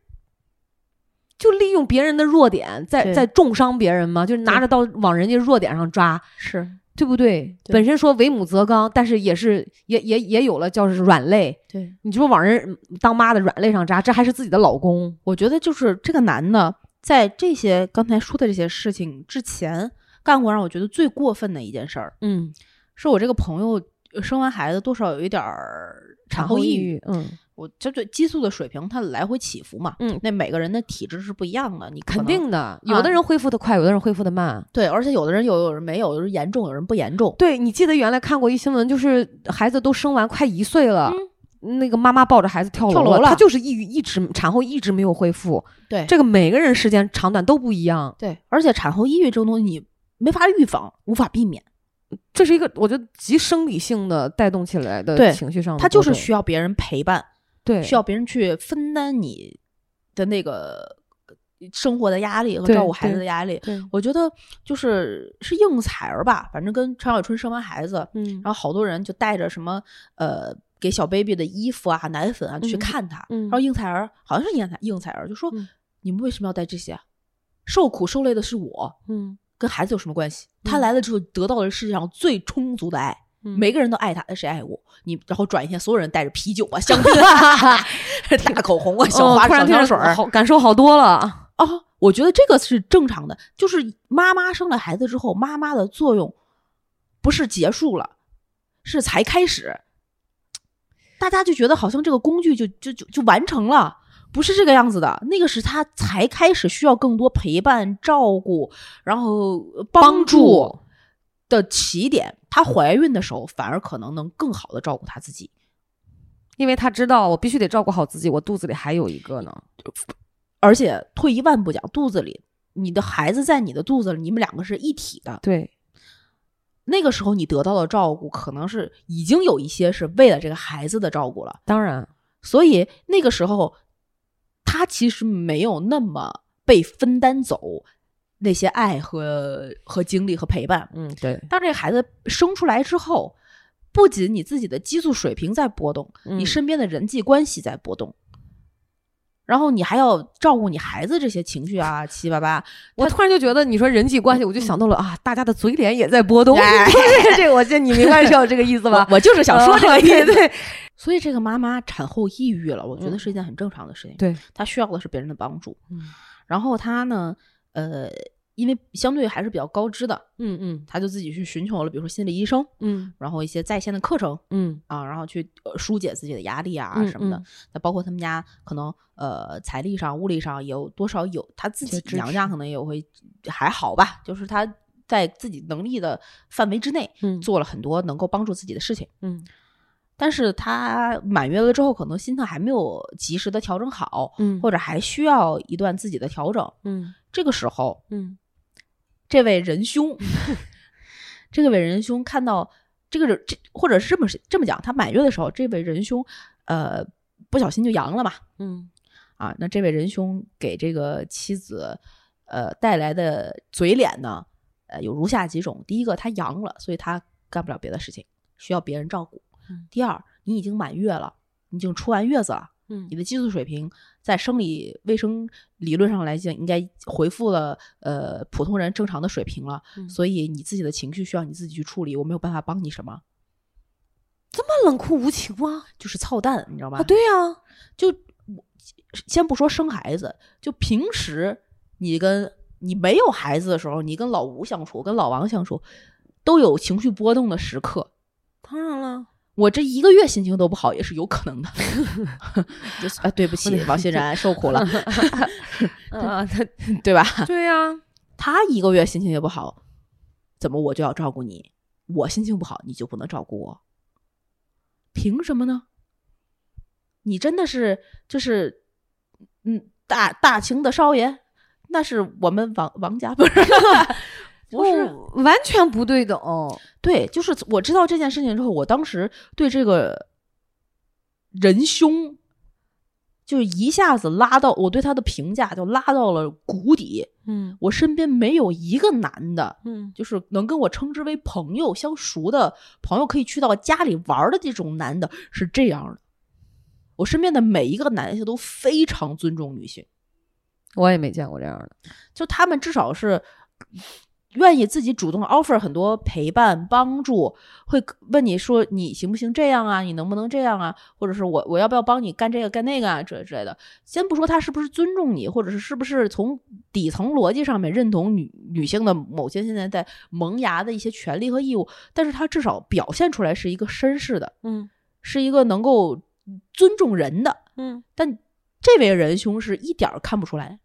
B: 就利用别人的弱点，在
A: 对
B: 在重伤别人吗？就是拿着刀往人家弱点上抓，
A: 是
B: 对不对？
A: 对
B: 本身说为母则刚，但是也是也也也有了叫是软肋，
A: 对。
B: 你就往人当妈的软肋上扎，这还是自己的老公，
A: 我觉得就是这个男的在这些刚才说的这些事情之前干过让我觉得最过分的一件事儿，
B: 嗯，
A: 是我这个朋友生完孩子多少有一点儿产后抑郁，
B: 郁，嗯，
A: 我这对激素的水平它来回起伏嘛，
B: 嗯
A: 那每个人的体质是不一样的，你可
B: 肯
A: 能
B: 定的，有的人恢复的快，有的人恢复的慢。
A: 对，而且有的人有，有人没有，有人严重，有人不严重，
B: 对，你记得原来看过一新闻，就是孩子都生完快一岁了，那个妈妈抱着孩子嗯跳楼
A: 跳楼了
B: 她就是抑郁，一直产后一直没有恢复。
A: 对
B: 这个每个人时间长短都不一样，
A: 对，而且产后抑郁这种东西你没法预防，无法避免，
B: 这是一个我觉得极生理性的带动起来
A: 对
B: 的情绪上的
A: 它就
B: 波
A: 是
B: 动
A: 需要别人陪伴，
B: 嗯对
A: 需要别人去分担你的那个生活的压力和
B: 对
A: 照顾孩
B: 对
A: 子的压力。
B: 对，
A: 我觉得就是是应采儿吧，反正跟常小春生完孩子，
B: 嗯
A: 然后好多人就带着什么呃给小 baby 的衣服啊、奶粉啊去
B: 嗯
A: 看他，
B: 嗯
A: 然后应采儿好像是应采应采儿就说、
B: 嗯
A: 你们为什么要带这些啊？受苦受累的是我，
B: 嗯，
A: 跟孩子有什么关系？他
B: 嗯
A: 来了之后得到了世界上最充足的爱，每 个人都爱他，那谁爱我？你然后转一天，所有人带着啤酒啊、 香槟 啊、大口红啊、小
B: 哦
A: 花、
B: 突然
A: 小
B: 觉
A: 香
B: 得
A: 水儿
B: 好感受好多了，
A: 哦，我觉得这个是正常的，就是妈妈生了孩子之后，妈妈的作用不是结束了，是才开始。大家就觉得好像这个工具就就就就完成了，不是这个样子的。那个是他才开始需要更多陪伴、照顾，然后呃帮助的起点。她怀孕的时候，反而可能能更好的照顾她自己。
B: 因为他知道我必须得照顾好自己，我肚子里还有一个 呢。
A: 而且退一万步讲，肚子里你的孩子在你的肚子里，你们两个是一体的。
B: 对，
A: 那个时候你得到的照顾，可能是已经有一些是为了这个孩子的照顾了，
B: 当然，
A: 所以那个时候他其实没有那么被分担走那些爱和和精力和陪伴。
B: 嗯，对，
A: 当这个孩子生出来之后，不仅你自己的激素水平在波动，
B: 嗯
A: 你身边的人际关系在波动，然后你还要照顾你孩子这些情绪啊，七七八八。
B: 我突然就觉得，你说人际关系，我就想到了啊，大家的嘴脸也在波动。
A: 哎
B: 这个，我这你明白是要这个意思吧？ 啊嗯
A: 我我就是想说这个意
B: 对
A: 思。
B: 对，
A: 所以这个妈妈产后抑郁了，我觉得是一件很正常的事情。
B: 嗯对，
A: 她需要的是别人的帮助。
B: 嗯
A: 然后她呢，呃，因为相对还是比较高知的，
B: 嗯嗯
A: 她就自己去寻求了，比如说心理医生，
B: 嗯
A: 然后一些在线的课程
B: 嗯
A: 啊，然后去、呃疏解自己的压力啊
B: 嗯
A: 什么的
B: 嗯。
A: 那、包括他们家可能呃财力上、物力上也有多少有，她自
B: 些
A: 己
B: 支
A: 娘家可能也会还好吧，就是她在自己能力的范围之内
B: 嗯
A: 做了很多能够帮助自己的事情。
B: 嗯
A: 但是她满月了之后，可能心态还没有及时的调整好，
B: 嗯
A: 或者还需要一段自己的调整。
B: 嗯
A: 这个时候，
B: 嗯
A: 这位仁兄，这位仁兄看到这个人，这或者是这么这么讲，他满月的时候，这位仁兄，呃，不小心就阳了嘛，
B: 嗯
A: 啊，那这位仁兄给这个妻子，呃，带来的嘴脸呢，呃，有如下几种：第一个，他阳了，所以他干不了别的事情，需要别人照顾
B: 嗯；
A: 第二，你已经满月了，你已经出完月子了，
B: 嗯
A: 你的激素水平在生理卫生理论上来讲，应该回复了呃普通人正常的水平了，
B: 嗯
A: 所以你自己的情绪需要你自己去处理，我没有办法帮你什么，
B: 这么冷酷无情吗？
A: 就是操蛋，你知道吧？
B: 啊，对呀，
A: 就我先不说生孩子，就平时你跟你没有孩子的时候，你跟老吴相处，跟老王相处，都有情绪波动的时刻。
B: 当然了，
A: 我这一个月心情都不好也是有可能的， 就是啊，对不起，王欣然受苦了，
B: 啊，
A: 对吧？
B: 对呀，
A: 他一个月心情也不好，怎么我就要照顾你？我心情不好，你就不能照顾我？凭什么呢？你真的是就是，嗯，大大清的少爷，那是我们王王家不是不是、
B: 哦完全不对等。
A: 对，就是我知道这件事情之后，我当时对这个仁兄，就是一下子拉到我对他的评价就拉到了谷底。
B: 嗯
A: 我身边没有一个男的
B: 嗯
A: 就是能跟我称之为朋友相熟的朋友，可以去到家里玩儿的这种男的，是这样的。我身边的每一个男性都非常尊重女性，
B: 我也没见过这样的。
A: 就他们至少是愿意自己主动 offer 很多陪伴、帮助，会问你说你行不行这样啊，你能不能这样啊，或者是我我要不要帮你干这个干那个啊，这之类的。先不说他是不是尊重你，或者是是不是从底层逻辑上面认同女女性的某些现在在萌芽的一些权利和义务，但是他至少表现出来是一个绅士的，
B: 嗯
A: 是一个能够尊重人的。
B: 嗯
A: 但这位仁兄是一点儿看不出来，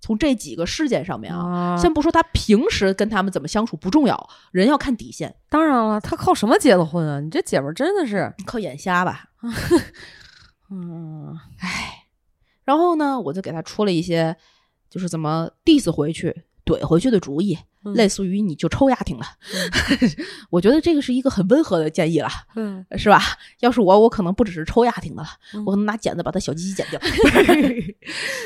A: 从这几个事件上面啊，
B: 啊，
A: 先不说他平时跟他们怎么相处不重要，人要看底线，
B: 当然了，他靠什么结的婚啊？你这姐们儿真的是，
A: 靠眼瞎吧。 嗯，唉。然后呢，我就给他出了一些，就是怎么 diss 回去、怼回去的主意，
B: 嗯
A: 类似于你就抽丫挺了。 我觉得这个是一个很温和的建议了，
B: 嗯，
A: 是吧？要是我，我可能不只是抽丫挺的了，
B: 嗯
A: 我可能拿剪子把他小鸡鸡剪掉。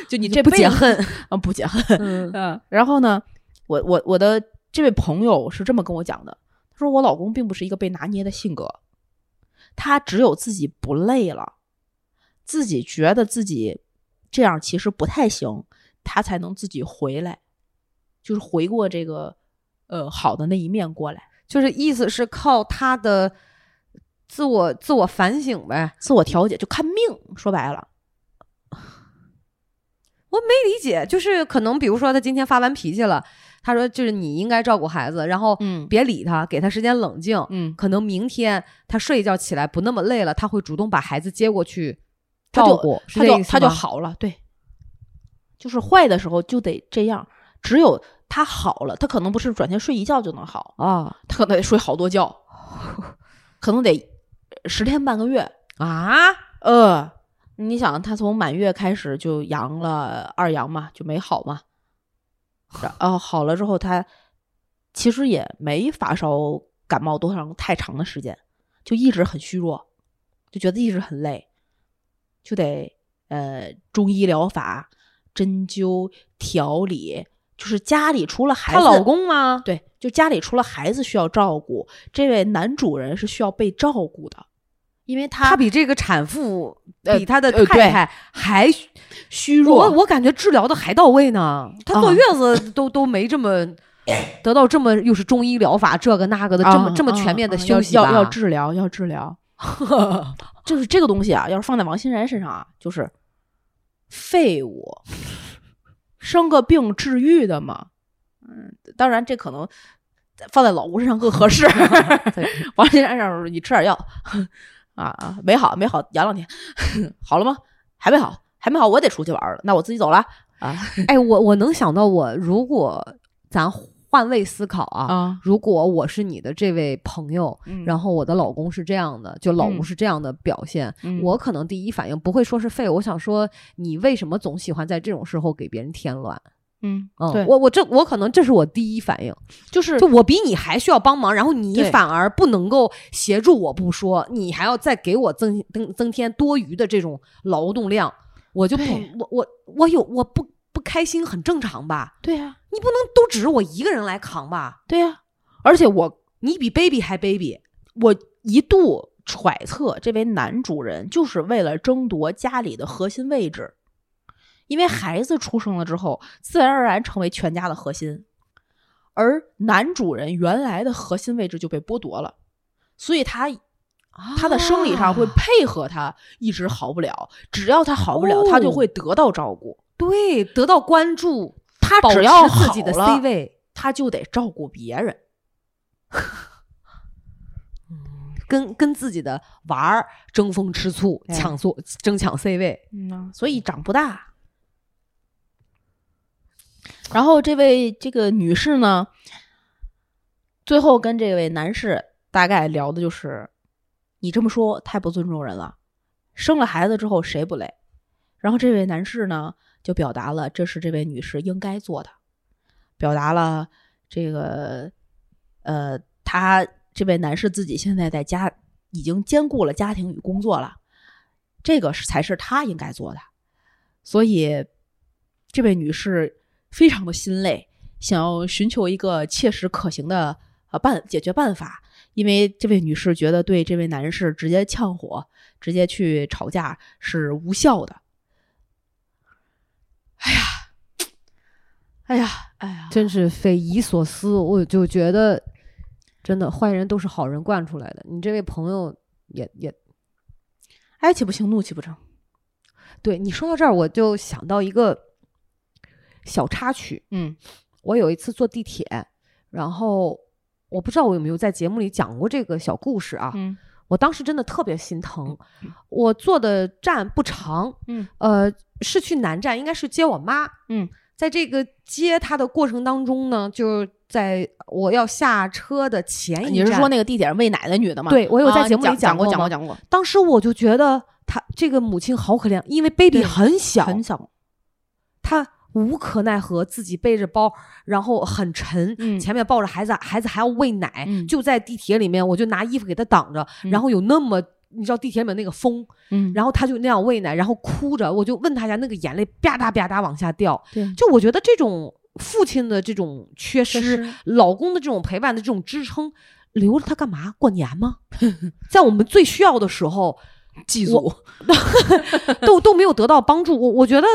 A: 就 你
B: 你
A: 这
B: 不
A: 辈子
B: 解恨，
A: 啊，不解恨。
B: 嗯
A: 嗯，然后呢，我我我的这位朋友是这么跟我讲的，他说我老公并不是一个被拿捏的性格，他只有自己不累了，自己觉得自己这样其实不太行，他才能自己回来，就是回过这个呃好的那一面过来，
B: 就是意思是靠他的自我自我反省呗。
A: 自我调节就看命，说白了，
B: 我没理解，就是可能比如说他今天发完脾气了，他说就是你应该照顾孩子，然后
A: 嗯
B: 别理他，给他时间冷静。
A: 嗯，
B: 可能明天他睡一觉起来不那么累了，他会主动把孩子接过去
A: 他就
B: 照顾，是
A: 他
B: 这
A: 就
B: 意思
A: 他就
B: 吗
A: 好了，对，就是坏的时候就得这样，只有他好了，他可能不是转天睡一觉就能好。
B: 啊
A: 他可能得睡好多觉，可能得十天半个月。
B: 啊，
A: 呃，你想，他从满月开始就阳了二阳嘛，就没好嘛。然后好了之后，他其实也没发烧、感冒多长太长的时间，就一直很虚弱，就觉得一直很累，就得呃中医疗法、针灸、调理，就是家里除了孩
B: 她
A: 子，
B: 老公吗？
A: 对，就家里除了孩子需要照顾，这位男主人是需要被照顾的，因为
B: 她
A: 他
B: 比这个产妇，
A: 呃
B: 比她的
A: 呃
B: 太太还
A: 虚
B: 我
A: 弱，
B: 我感觉治疗的还到位呢，她坐月子都都没这 么得到这么又是中医疗法这个那个的这么
A: 啊
B: 这么
A: 啊
B: 全面的
A: 啊
B: 休息
A: 要
B: 吧
A: 要要治疗，要治 疗。就是这个东西啊，要是放在王欣然身上啊，就是废物，生个病治愈的嘛。嗯，当然这可能放在老吴身上更合 适。王欣然上你吃点药啊啊，没好没好，养两天， 好了吗？还没好，还没好，我得出去玩了，那我自己走了
B: 哎，我我能想到我，如果咱换位思考啊，
A: 啊。
B: 如果我是你的这位朋友，
A: 嗯
B: 然后我的老公是这样的，就老吴
A: 嗯
B: 是这样的表现，
A: 嗯
B: 我可能第一反应不会说是废物，我想说你为什么总喜欢在这种时候给别人添乱？
A: 嗯，
B: 嗯，
A: 对，
B: 我我这我可能这是我第一反应，
A: 就是
B: 就我比你还需要帮忙，然后你
A: 对
B: 反而不能够协助我不说，你还要再给我增增增添多余的这种劳动量，我就不
A: 对
B: 我我我有我不不开心很正常吧？
A: 对呀、
B: 你不能都指着我一个人来扛吧？
A: 对呀、而且我
B: 你比 baby 还 baby，
A: 我一度揣测这位男主人就是为了争夺家里的核心位置，因为孩子出生了之后，自然而然成为全家的核心，而男主人原来的核心位置就被剥夺了，所以他。他的生理上会
B: 啊
A: 配合他，一直好不了。只要他好不了，他就
B: 哦
A: 会得到照顾。
B: 对得到关注，
A: 他
B: 保
A: 只
B: 持
A: 要
B: 自己的
A: 好了
B: C 位，
A: 他就得照顾别人。
B: 跟跟自己的娃儿争风吃醋，
A: 哎
B: 抢座争抢 C 位，
A: 嗯呐，所以长不大。然后这位这个女士呢，最后跟这位男士大概聊的就是，你这么说太不尊重人了。生了孩子之后谁不累？然后这位男士呢，就表达了这是这位女士应该做的，表达了这个呃，他这位男士自己现在在家已经兼顾了家庭与工作了，这个是才是他应该做的。所以，这位女士非常的心累，想要寻求一个切实可行的呃办解决办法。因为这位女士觉得对这位男士直接呛火、直接去吵架是无效的。哎呀，哎呀，哎呀，
B: 真是匪夷所思。我就觉得，真的坏人都是好人惯出来的。你这位朋友也也
A: 哀哎其不幸，怒其不争。
B: 对你说到这儿，我就想到一个小插曲。
A: 嗯
B: 我有一次坐地铁，然后我不知道我有没有在节目里讲过这个小故事啊。
A: 嗯
B: 我当时真的特别心疼，我坐的站不长，
A: 嗯，
B: 呃，是去南站，应该是接我妈，
A: 嗯，
B: 在这个接她的过程当中呢，就是在我要下车的前一站，
A: 哎啊你是说那个地铁上喂奶的女的吗？
B: 对我有在节目里
A: 啊讲
B: 过
A: 过，
B: 吗
A: 讲过，讲过，
B: 当时我就觉得她这个母亲好可怜，因为 baby
A: 对
B: 很小，
A: 很小，
B: 她无可奈何，自己背着包，然后很沉，
A: 嗯
B: 前面抱着孩子，孩子还要喂奶，
A: 嗯
B: 就在地铁里面，我就拿衣服给她挡着，
A: 嗯
B: 然后有那么。你知道地铁里面那个风，
A: 嗯
B: 然后她就那样喂奶，然后哭着，我就问她一下，那个眼泪吧嗒吧嗒往下掉。
A: 对，
B: 就我觉得这种父亲的这种缺
A: 确
B: 失，
A: 实，
B: 老公的这种陪伴的这种支撑，留着他干嘛？过年吗？ 在我们最需要的时候，
A: 祭
B: 祖 都都没有得到帮助。我我觉得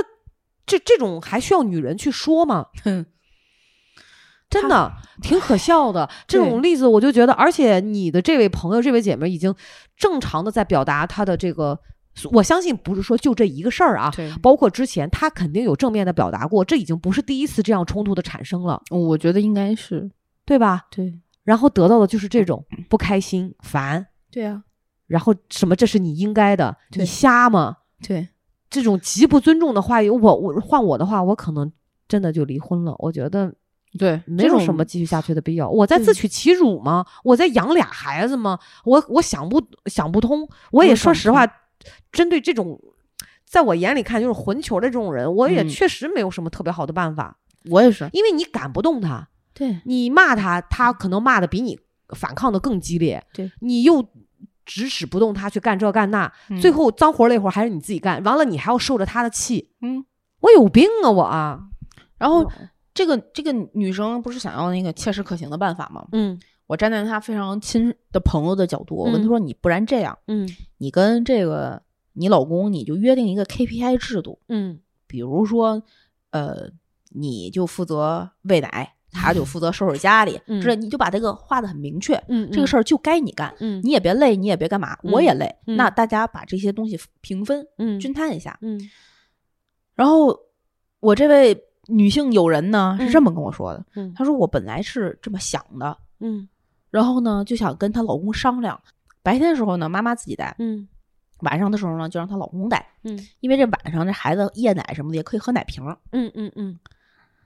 B: 这这种还需要女人去说吗？真的挺可笑的。这种例子我就觉得，而且你的这位朋友、这位姐妹已经正常的在表达她的这个，我相信不是说就这一个事儿啊。
A: 对，
B: 包括之前，她肯定有正面的表达过，这已经不是第一次这样冲突的产生了，
A: 我觉得应该是
B: 对吧？
A: 对，
B: 然后得到的就是这种不开心、烦，
A: 对啊，
B: 然后什么这是你应该的，
A: 对
B: 你瞎吗？
A: 对，
B: 这种极不尊重的话语，我我换我的话，我可能真的就离婚了。我觉得
A: 对，
B: 没有什么继续下去的必要。我在自
A: 对
B: 取其辱吗？我在养俩孩子吗？我我想不想不通。我也
A: 也
B: 说
A: 想不
B: 实话，针对这种。在我眼里看就是混球的这种人，我也
A: 嗯
B: 确实没有什么特别好的办法，
A: 我也是，
B: 因为你赶不动他，
A: 对
B: 你骂他，他可能骂的比你反抗的更激烈。
A: 对，
B: 你又指使不动他去干这干那，
A: 嗯
B: 最后脏活儿累活儿还是你自己干，完了你还要受着他的气，
A: 嗯。哦
B: 我有病啊我啊！
A: 然后这个这个女生不是想要那个切实可行的办法吗？
B: 嗯
A: 我站在他非常亲的朋友的角度，我跟他说：“你不然这样，
B: 嗯
A: 你跟这个你老公，你就约定一个 KPI 制度，
B: 嗯
A: 比如说，呃，你就负责喂奶，他就负责收拾家里，
B: 嗯
A: 这你就把这个画的很明确，
B: 嗯
A: 这个事
B: 儿，
A: 儿就该你干，
B: 嗯
A: 你也别累，你也别干嘛，
B: 嗯
A: 我也累，
B: 嗯
A: 那大家把这些东西平分、
B: 嗯
A: 均摊一下。
B: 嗯
A: 然后我这位女性友人呢
B: 嗯
A: 是这么跟我说的，
B: 嗯
A: 她说我本来是这么想的，
B: 嗯
A: 然后呢就想跟她老公商量，白天的时候呢妈妈自己带，
B: 嗯
A: 晚上的时候呢就让她老公带，
B: 嗯
A: 因为这晚上这孩子夜奶什么的也可以喝奶瓶儿。
B: 嗯嗯嗯，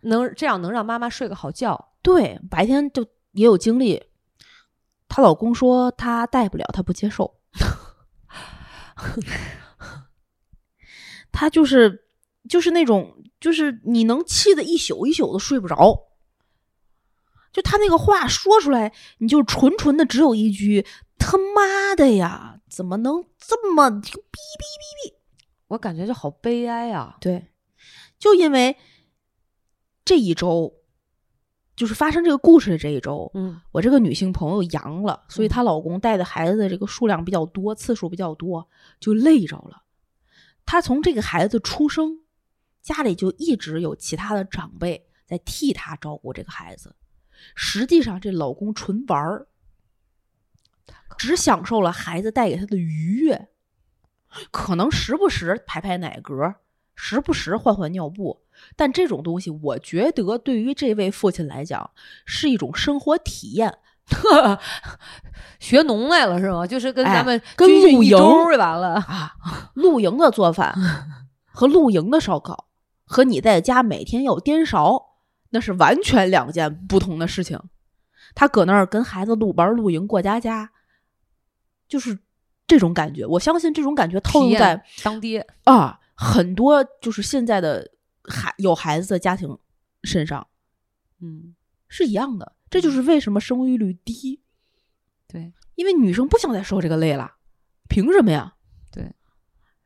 B: 能这样能让妈妈睡个好觉。
A: 对，白天就也有精力。她老公说他带不了，她不接受。 她就是就是那种，就是你能气得一宿一宿的睡不着。就她那个话说出来，你就纯纯的只有一句“他妈的呀，怎么能这么逼逼
B: 我感觉就好悲哀啊”？！
A: 对，就因为这一周，就是发生这个故事的这一周，
B: 嗯
A: 我这个女性朋友阳了，所以她老公带的孩子的这个数量比较多，次数比较多，就累着了。她从这个孩子出生，家里就一直有其他的长辈在替她照顾这个孩子。实际上，这老公纯玩儿，只享受了孩子带给她的愉悦，可能时不时排排奶嗝，时不时换换尿布。但这种东西，我觉得对于这位父亲来讲，是一种生活体验，
B: 学农来了是吗？就是跟
A: 哎
B: 咱们
A: 跟
B: 军训
A: 露
B: 一
A: 营
B: 周儿就完了。
A: 啊，露营的做饭和露营的烧烤，和你在家每天要颠勺，那是完全两件不同的事情。他搁那儿跟孩子露玩露营过家家，就是这种感觉。我相信这种感觉套
B: 体
A: 用
B: 验
A: 在
B: 当爹，
A: 啊很多就是现在的孩有孩子的家庭身上
B: 嗯，
A: 是一样的。这就是为什么生育率低，
B: 对，
A: 因为女生不想再受这个累了，凭什么呀？
B: 对，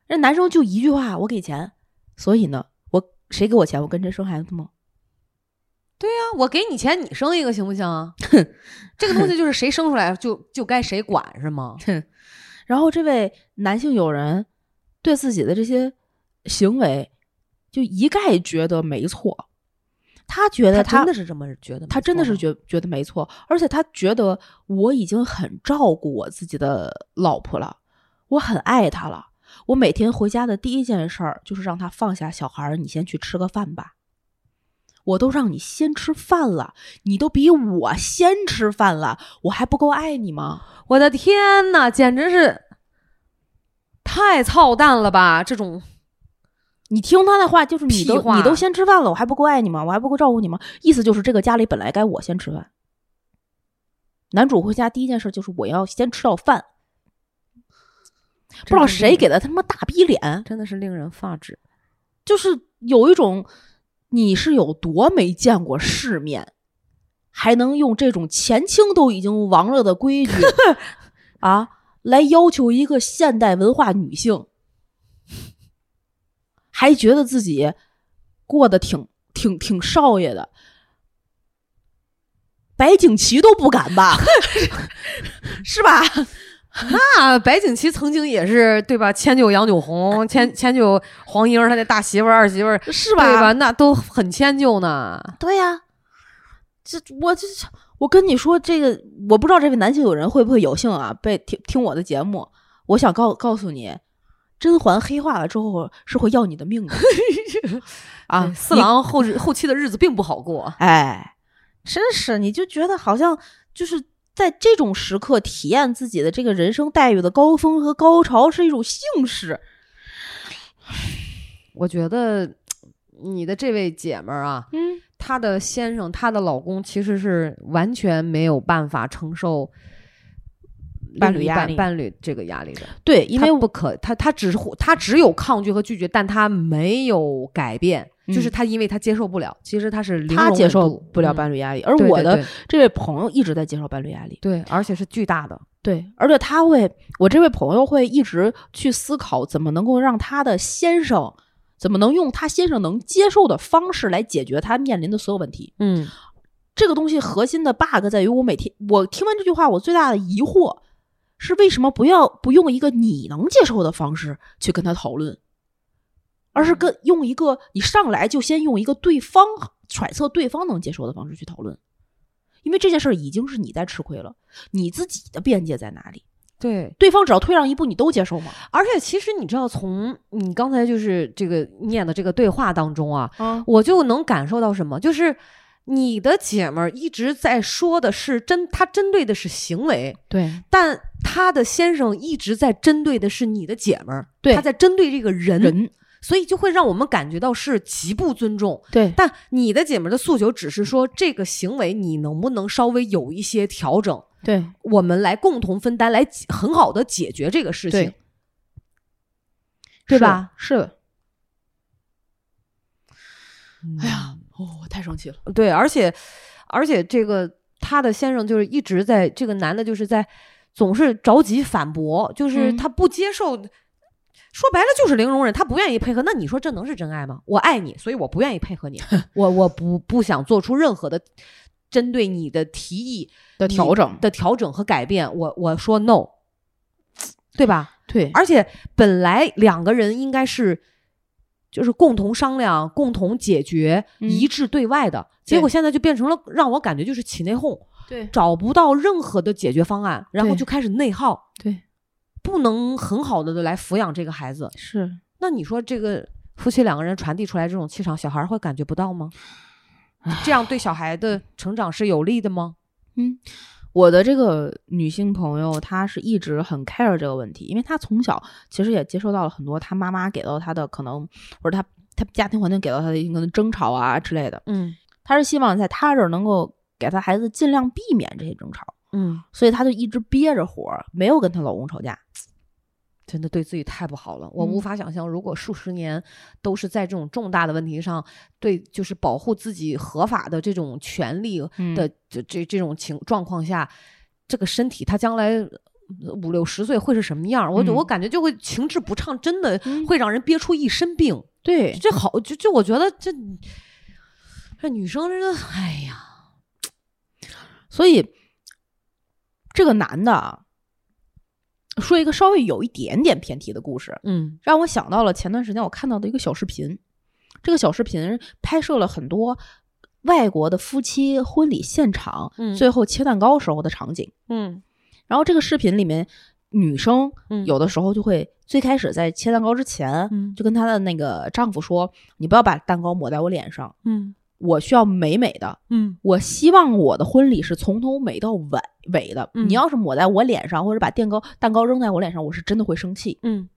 A: 那男生就一句话，我给钱，所以呢，我谁给我钱，我跟谁生孩子吗？
B: 那我给你钱，你生一个行不行 啊？这个东西就是谁生出来就就该谁管是吗？
A: 然后这位男性友人对自己的这些行为，就一概觉得没错，他觉得他
B: 真的是这么觉得，
A: 他真的是
B: 得，
A: 觉觉得没错，而且他觉得我已经很照顾我自己的老婆了，我很爱她了。我每天回家的第一件事儿就是让她放下小孩儿，你先去吃个饭吧。我都让你先吃饭了，你都比我先吃饭了，我还不够爱你吗？
B: 我的天呐，简直是太操蛋了吧！这种
A: 你听他的话就是你都
B: 屁话
A: 你都先吃饭了，我还不够爱你吗？我还不够照顾你吗？意思就是这个家里本来该我先吃饭。男主回家第一件事就是我要先吃到饭，不知道谁给的他妈大逼脸，
B: 真的是令人发指。
A: 就是有一种你是有多没见过世面，还能用这种前清都已经亡了的规矩啊来要求一个现代文化女性，还觉得自己过得挺挺挺少爷的。白景琦都不敢吧， 是吧？
B: 那白景琦曾经也是对吧？迁就杨九红，迁迁就黄英儿她那大媳妇儿、二媳妇儿，
A: 是
B: 对吧？那都很迁就呢。
A: 对呀、这我这我跟你说，这个我不知道这位男性友人会不会有幸啊被听听我的节目。我想告告诉你，甄嬛黑化了之后是会要你的 命的啊！
B: 四
A: 你
B: 郎后日后期的日子并不好过。
A: 哎，真是你就觉得好像就是在这种时刻体验自己的这个人生待遇的高峰和高潮是一种幸事。
B: 我觉得你的这位姐们儿啊，
A: 嗯，
B: 她的先生、她的老公其实是完全没有办法承受
A: 伴
B: 另
A: 侣
B: 一
A: 压力
B: 伴侣这个压力的，
A: 对，因为
B: 她不可，她她只是她只有抗拒和拒绝，但她没有改变，
A: 嗯
B: 就是她因为她接受不了，其实她是零
A: 他
B: 容
A: 接
B: 忍
A: 受
B: 度
A: 不了
B: 嗯
A: 伴侣压力，而
B: 对
A: 我
B: 对
A: 的
B: 对
A: 这位朋友一直在接受伴侣压力。
B: 对，而且是巨大的，
A: 对，而且他会，我这位朋友会一直去思考怎么能够让他的先生，怎么能用他先生能接受的方式来解决他面临的所有问题。
B: 嗯
A: 这个东西核心的 bug 在于，我每天我听完这句话，我最大的疑惑是为什么不要不用一个你能接受的方式去跟他讨论，而是跟用一个你上来就先用一个对方揣测对方能接受的方式去讨论，因为这件事儿已经是你在吃亏了，你自己的边界在哪里？
B: 对，
A: 对方只要退让一步，你都接受吗？
B: 而且其实你知道，从你刚才就是这个念的这个对话当中啊，
A: 啊，
B: 我就能感受到什么，就是你的姐们儿一直在说的是针，她针对的是行为，
A: 对
B: 但她的先生一直在针对的是你的姐们儿，
A: 对
B: 他在针对这个人，
A: 人
B: 所以就会让我们感觉到是极不尊重。
A: 对
B: 但你的姐们儿的诉求只是说，这个行为你能不能稍微有一些调整，
A: 对
B: 我们来共同分担，来解很好的解决这个事情
A: 对，
B: 对吧？？
A: 是的。
B: 哎
A: 哎
B: 呀，
A: 呀，哦，我太生气了。
B: 对，而且而且这个他的先生就是一直在这个男的，就是在总是着急反驳，就是
A: 嗯
B: 他不接受。说白了就是零容忍，他不愿意配合。那你说这能是真爱吗？我爱你，所以我不愿意配合你，我我不不想做出任何的针对你的提议
A: 的
B: 你
A: 调整，
B: 的调整和改变。我我说 no，对吧？
A: 对
B: 而且本来两个人应该是就是共同商量、共同解决、
A: 嗯
B: 一致对外的，结
A: 对
B: 果现在就变成了让我感觉就是起内讧，
A: 对
B: 找不到任何的解决方案，然后
A: 对
B: 就开始内耗，
A: 对
B: 不能很好的来抚养这个孩子。
A: 是，
B: 那你说这个夫妻两个人传递出来这种气场，小孩会感觉不到吗？这样对小孩的成长是有利的吗？
A: 我的这个女性朋友，她是一直很 care 这个问题，因为她从小其实也接受到了很多她妈妈给到她的可能，或者她她家庭环境给到她的一个争吵啊之类的。
B: 嗯
A: 她是希望在她这儿能够给她孩子尽量避免这些争吵，
B: 嗯，
A: 所以她就一直憋着火，没有跟她老公吵架。
B: 真的对自己太不好了，我无
A: 嗯
B: 法想象，如果数十年都是在这种重大的问题上，对就是保护自己合法的这种权利
A: 嗯
B: 的这这这种情状况下，这个身体他将来呃五六十岁会是什么样儿？我就我
A: 嗯
B: 感觉就会情志不畅，真的
A: 嗯
B: 会让人憋出一身病。
A: 对，
B: 这好，就就我觉得这这女生真的，哎呀，
A: 所以这个男的啊，说一个稍微有一点点偏题的故事，
B: 嗯
A: 让我想到了前段时间我看到的一个小视频。这个小视频拍摄了很多外国的夫妻婚礼现场，
B: 嗯
A: 最后切蛋糕时候的场景。
B: 嗯
A: 然后这个视频里面，女生
B: 嗯
A: 有的时候就会最开始在切蛋糕之前，
B: 嗯
A: 就跟她的那个丈夫说：“你不要把蛋糕抹在我脸上，
B: 嗯
A: 我需要美美的。
B: 嗯
A: 我希望我的婚礼是从头美到尾尾的。
B: 嗯
A: 你要是抹在我脸上，或者把蛋糕蛋糕扔在我脸上，我是真的会生气。
B: 嗯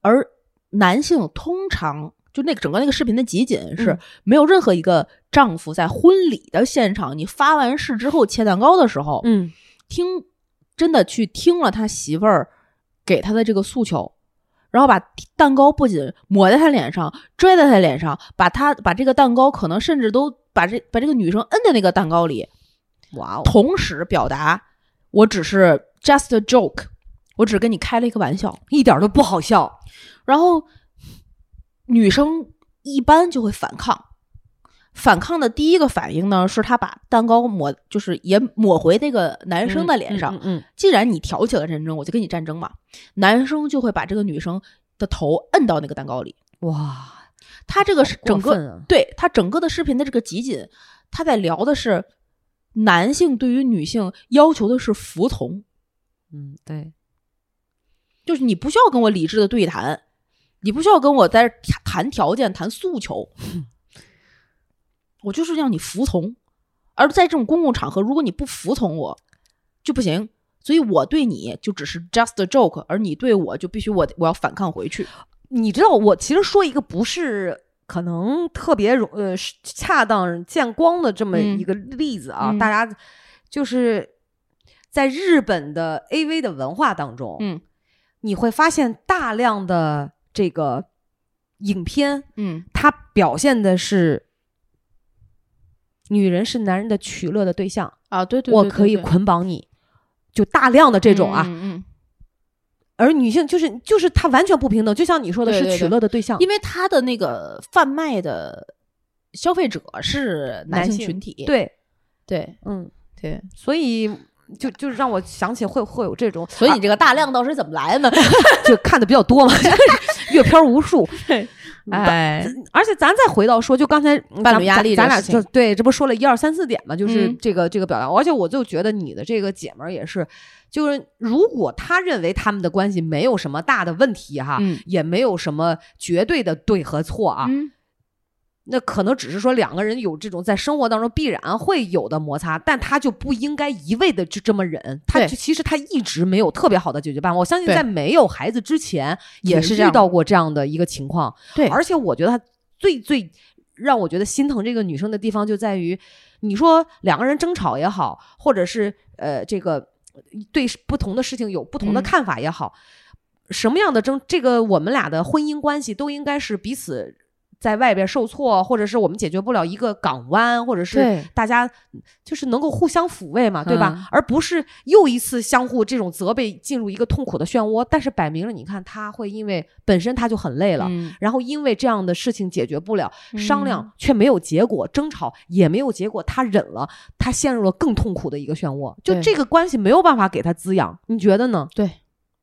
A: 而男性通常就那个整个那个视频的集锦是
B: 嗯
A: 没有任何一个丈夫在婚礼的现场，你发完誓之后切蛋糕的时候，
B: 嗯
A: 听真的去听了他媳妇儿给他的这个诉求，然后把蛋糕不仅抹在他脸上，拽在他脸上，把他把这个蛋糕可能甚至都把这把这个女生摁在那个蛋糕里，
B: 哇哦，
A: 同时表达我只是 just a joke，我只跟你开了一个玩笑。
B: 一点儿都不好笑。
A: 然后女生一般就会反抗，反抗的第一个反应呢，是她把蛋糕抹，就是也抹回那个男生的脸上。
B: 嗯嗯
A: 既然你挑起了战争，我就跟你战争嘛。男生就会把这个女生的头摁到那个蛋糕里。
B: 嗯哇，
A: 他这个是整
B: 过
A: 个
B: 分啊
A: 对他整个的视频的这个集锦，他在聊的是男性对于女性要求的是服从，
B: 嗯，对，
A: 就是你不需要跟我理智的对谈，你不需要跟我在这儿谈条件、谈诉求，我就是让你服从。而在这种公共场合，如果你不服从我，就不行。所以我对你就只是 just a joke，而你对我就必须我我要反抗回去。
B: 你知道我其实说一个不是可能特别容呃是恰当见光的这么
A: 嗯
B: 一个例子啊，
A: 嗯
B: 大家就是在日本的 A V 的文化当中，
A: 嗯
B: 你会发现大量的这个影片，
A: 嗯
B: 它表现的是。女人是男人的取乐的对象，
A: 啊，对
B: 我可以捆绑你，就大量的这种啊，
A: 嗯，
B: 而女性就是就是她完全不平等，就像你说的
A: 对
B: 是
A: 对对
B: 取乐的对象，
A: 因为他的那个贩卖的消费者是男
B: 男
A: 性
B: 性
A: 群体，
B: 对
C: 对
B: 嗯，
C: 对，
B: 所以就就是让我想起会会有这种，啊
C: 所以你这个大量到底是怎么来的呢？
B: 就看的比较多嘛， 阅片无 数。
A: 嗯
C: 哎，
B: 而且咱再回到说，就刚才嗯
C: 伴侣
B: 咱
C: 压力
B: 咱咱
C: 这
B: 俩
C: 事情
B: 就对，这不说了一二三四点嘛，就是
C: 嗯
B: 这个、这个表达。而且我就觉得你的这个姐们儿也是，就是如果她认为他们的关系没有什么大的问题哈，
C: 嗯
B: 也没有什么绝对的对和错啊，
C: 嗯
B: 那可能只是说两个人有这种在生活当中必然会有的摩擦，但他就不应该一味的就这么忍。他
C: 对
B: 其实他一直没有特别好的解决办法。我相信
C: 对
B: 在没有孩子之前
C: 也是这
B: 遇
C: 样
B: 到过这样的一个情况。
C: 对
B: 而且我觉得他最最让我觉得心疼这个女生的地方就在于，你说两个人争吵也好，或者是呃这个对不同的事情有不同的
C: 嗯
B: 看法也好，什么样的争，这个我们俩的婚姻关系都应该是彼此在外边受挫，或者是我们解决不了一个港湾，或者是
C: 对
B: 大家就是能够互相抚慰嘛，对吧？
C: 嗯
B: 而不是又一次相互这种责备，进入一个痛苦的漩涡。但是摆明了，你看他会因为本身他就很累了。
C: 嗯
B: 然后因为这样的事情解决不了，商量
C: 嗯
B: 却没有结果，争吵也没有结果，他忍了，他陷入了更痛苦的一个漩涡。就
C: 对
B: 这个关系没有办法给他滋养，你觉得呢？
C: 对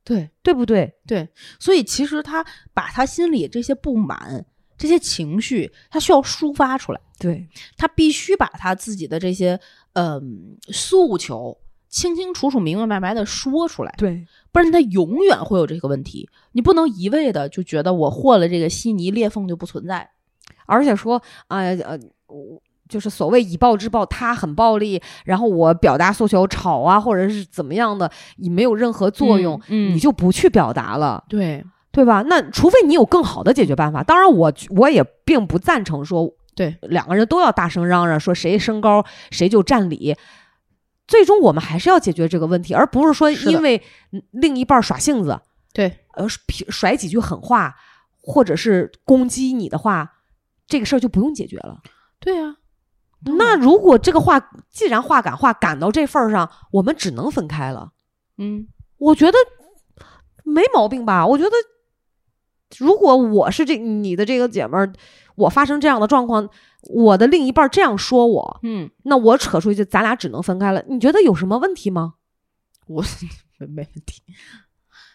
C: 对，
B: 对不对？
C: 对，
A: 所以其实他把他心里这些不满、这些情绪，他需要抒发出来，
B: 对，
A: 他必须把他自己的这些嗯、诉求清清楚楚、明明白白的说出来，
B: 对，
A: 不然他永远会有这个问题。你不能一味的就觉得我和了这个稀泥裂缝就不存在，
B: 而且说啊呃我就是所谓以暴制暴，他很暴力，然后我表达诉求吵啊，或者是怎么样的，也没有任何作用，
A: 嗯嗯
B: 你就不去表达了。
C: 对
B: 对吧？那除非你有更好的解决办法。当然我，我也并不赞成说
C: 对
B: 两个人都要大声嚷嚷，说谁身高谁就占理。最终我们还是要解决这个问题，而不是说
C: 是的
B: 因为另一半耍性子，
C: 对，
B: 呃，甩甩几句狠话，或者是攻击你的话，这个事儿就不用解决了。
C: 对啊，
B: 那如果这个话既然话赶话赶到这份儿上，我们只能分开了。
C: 嗯
B: 我觉得没毛病吧？我觉得如果我是这你的这个姐们儿，我发生这样的状况，我的另一半这样说我，
C: 嗯，
B: 那我扯出去，咱俩只能分开了。你觉得有什么问题吗？
A: 我没没问题。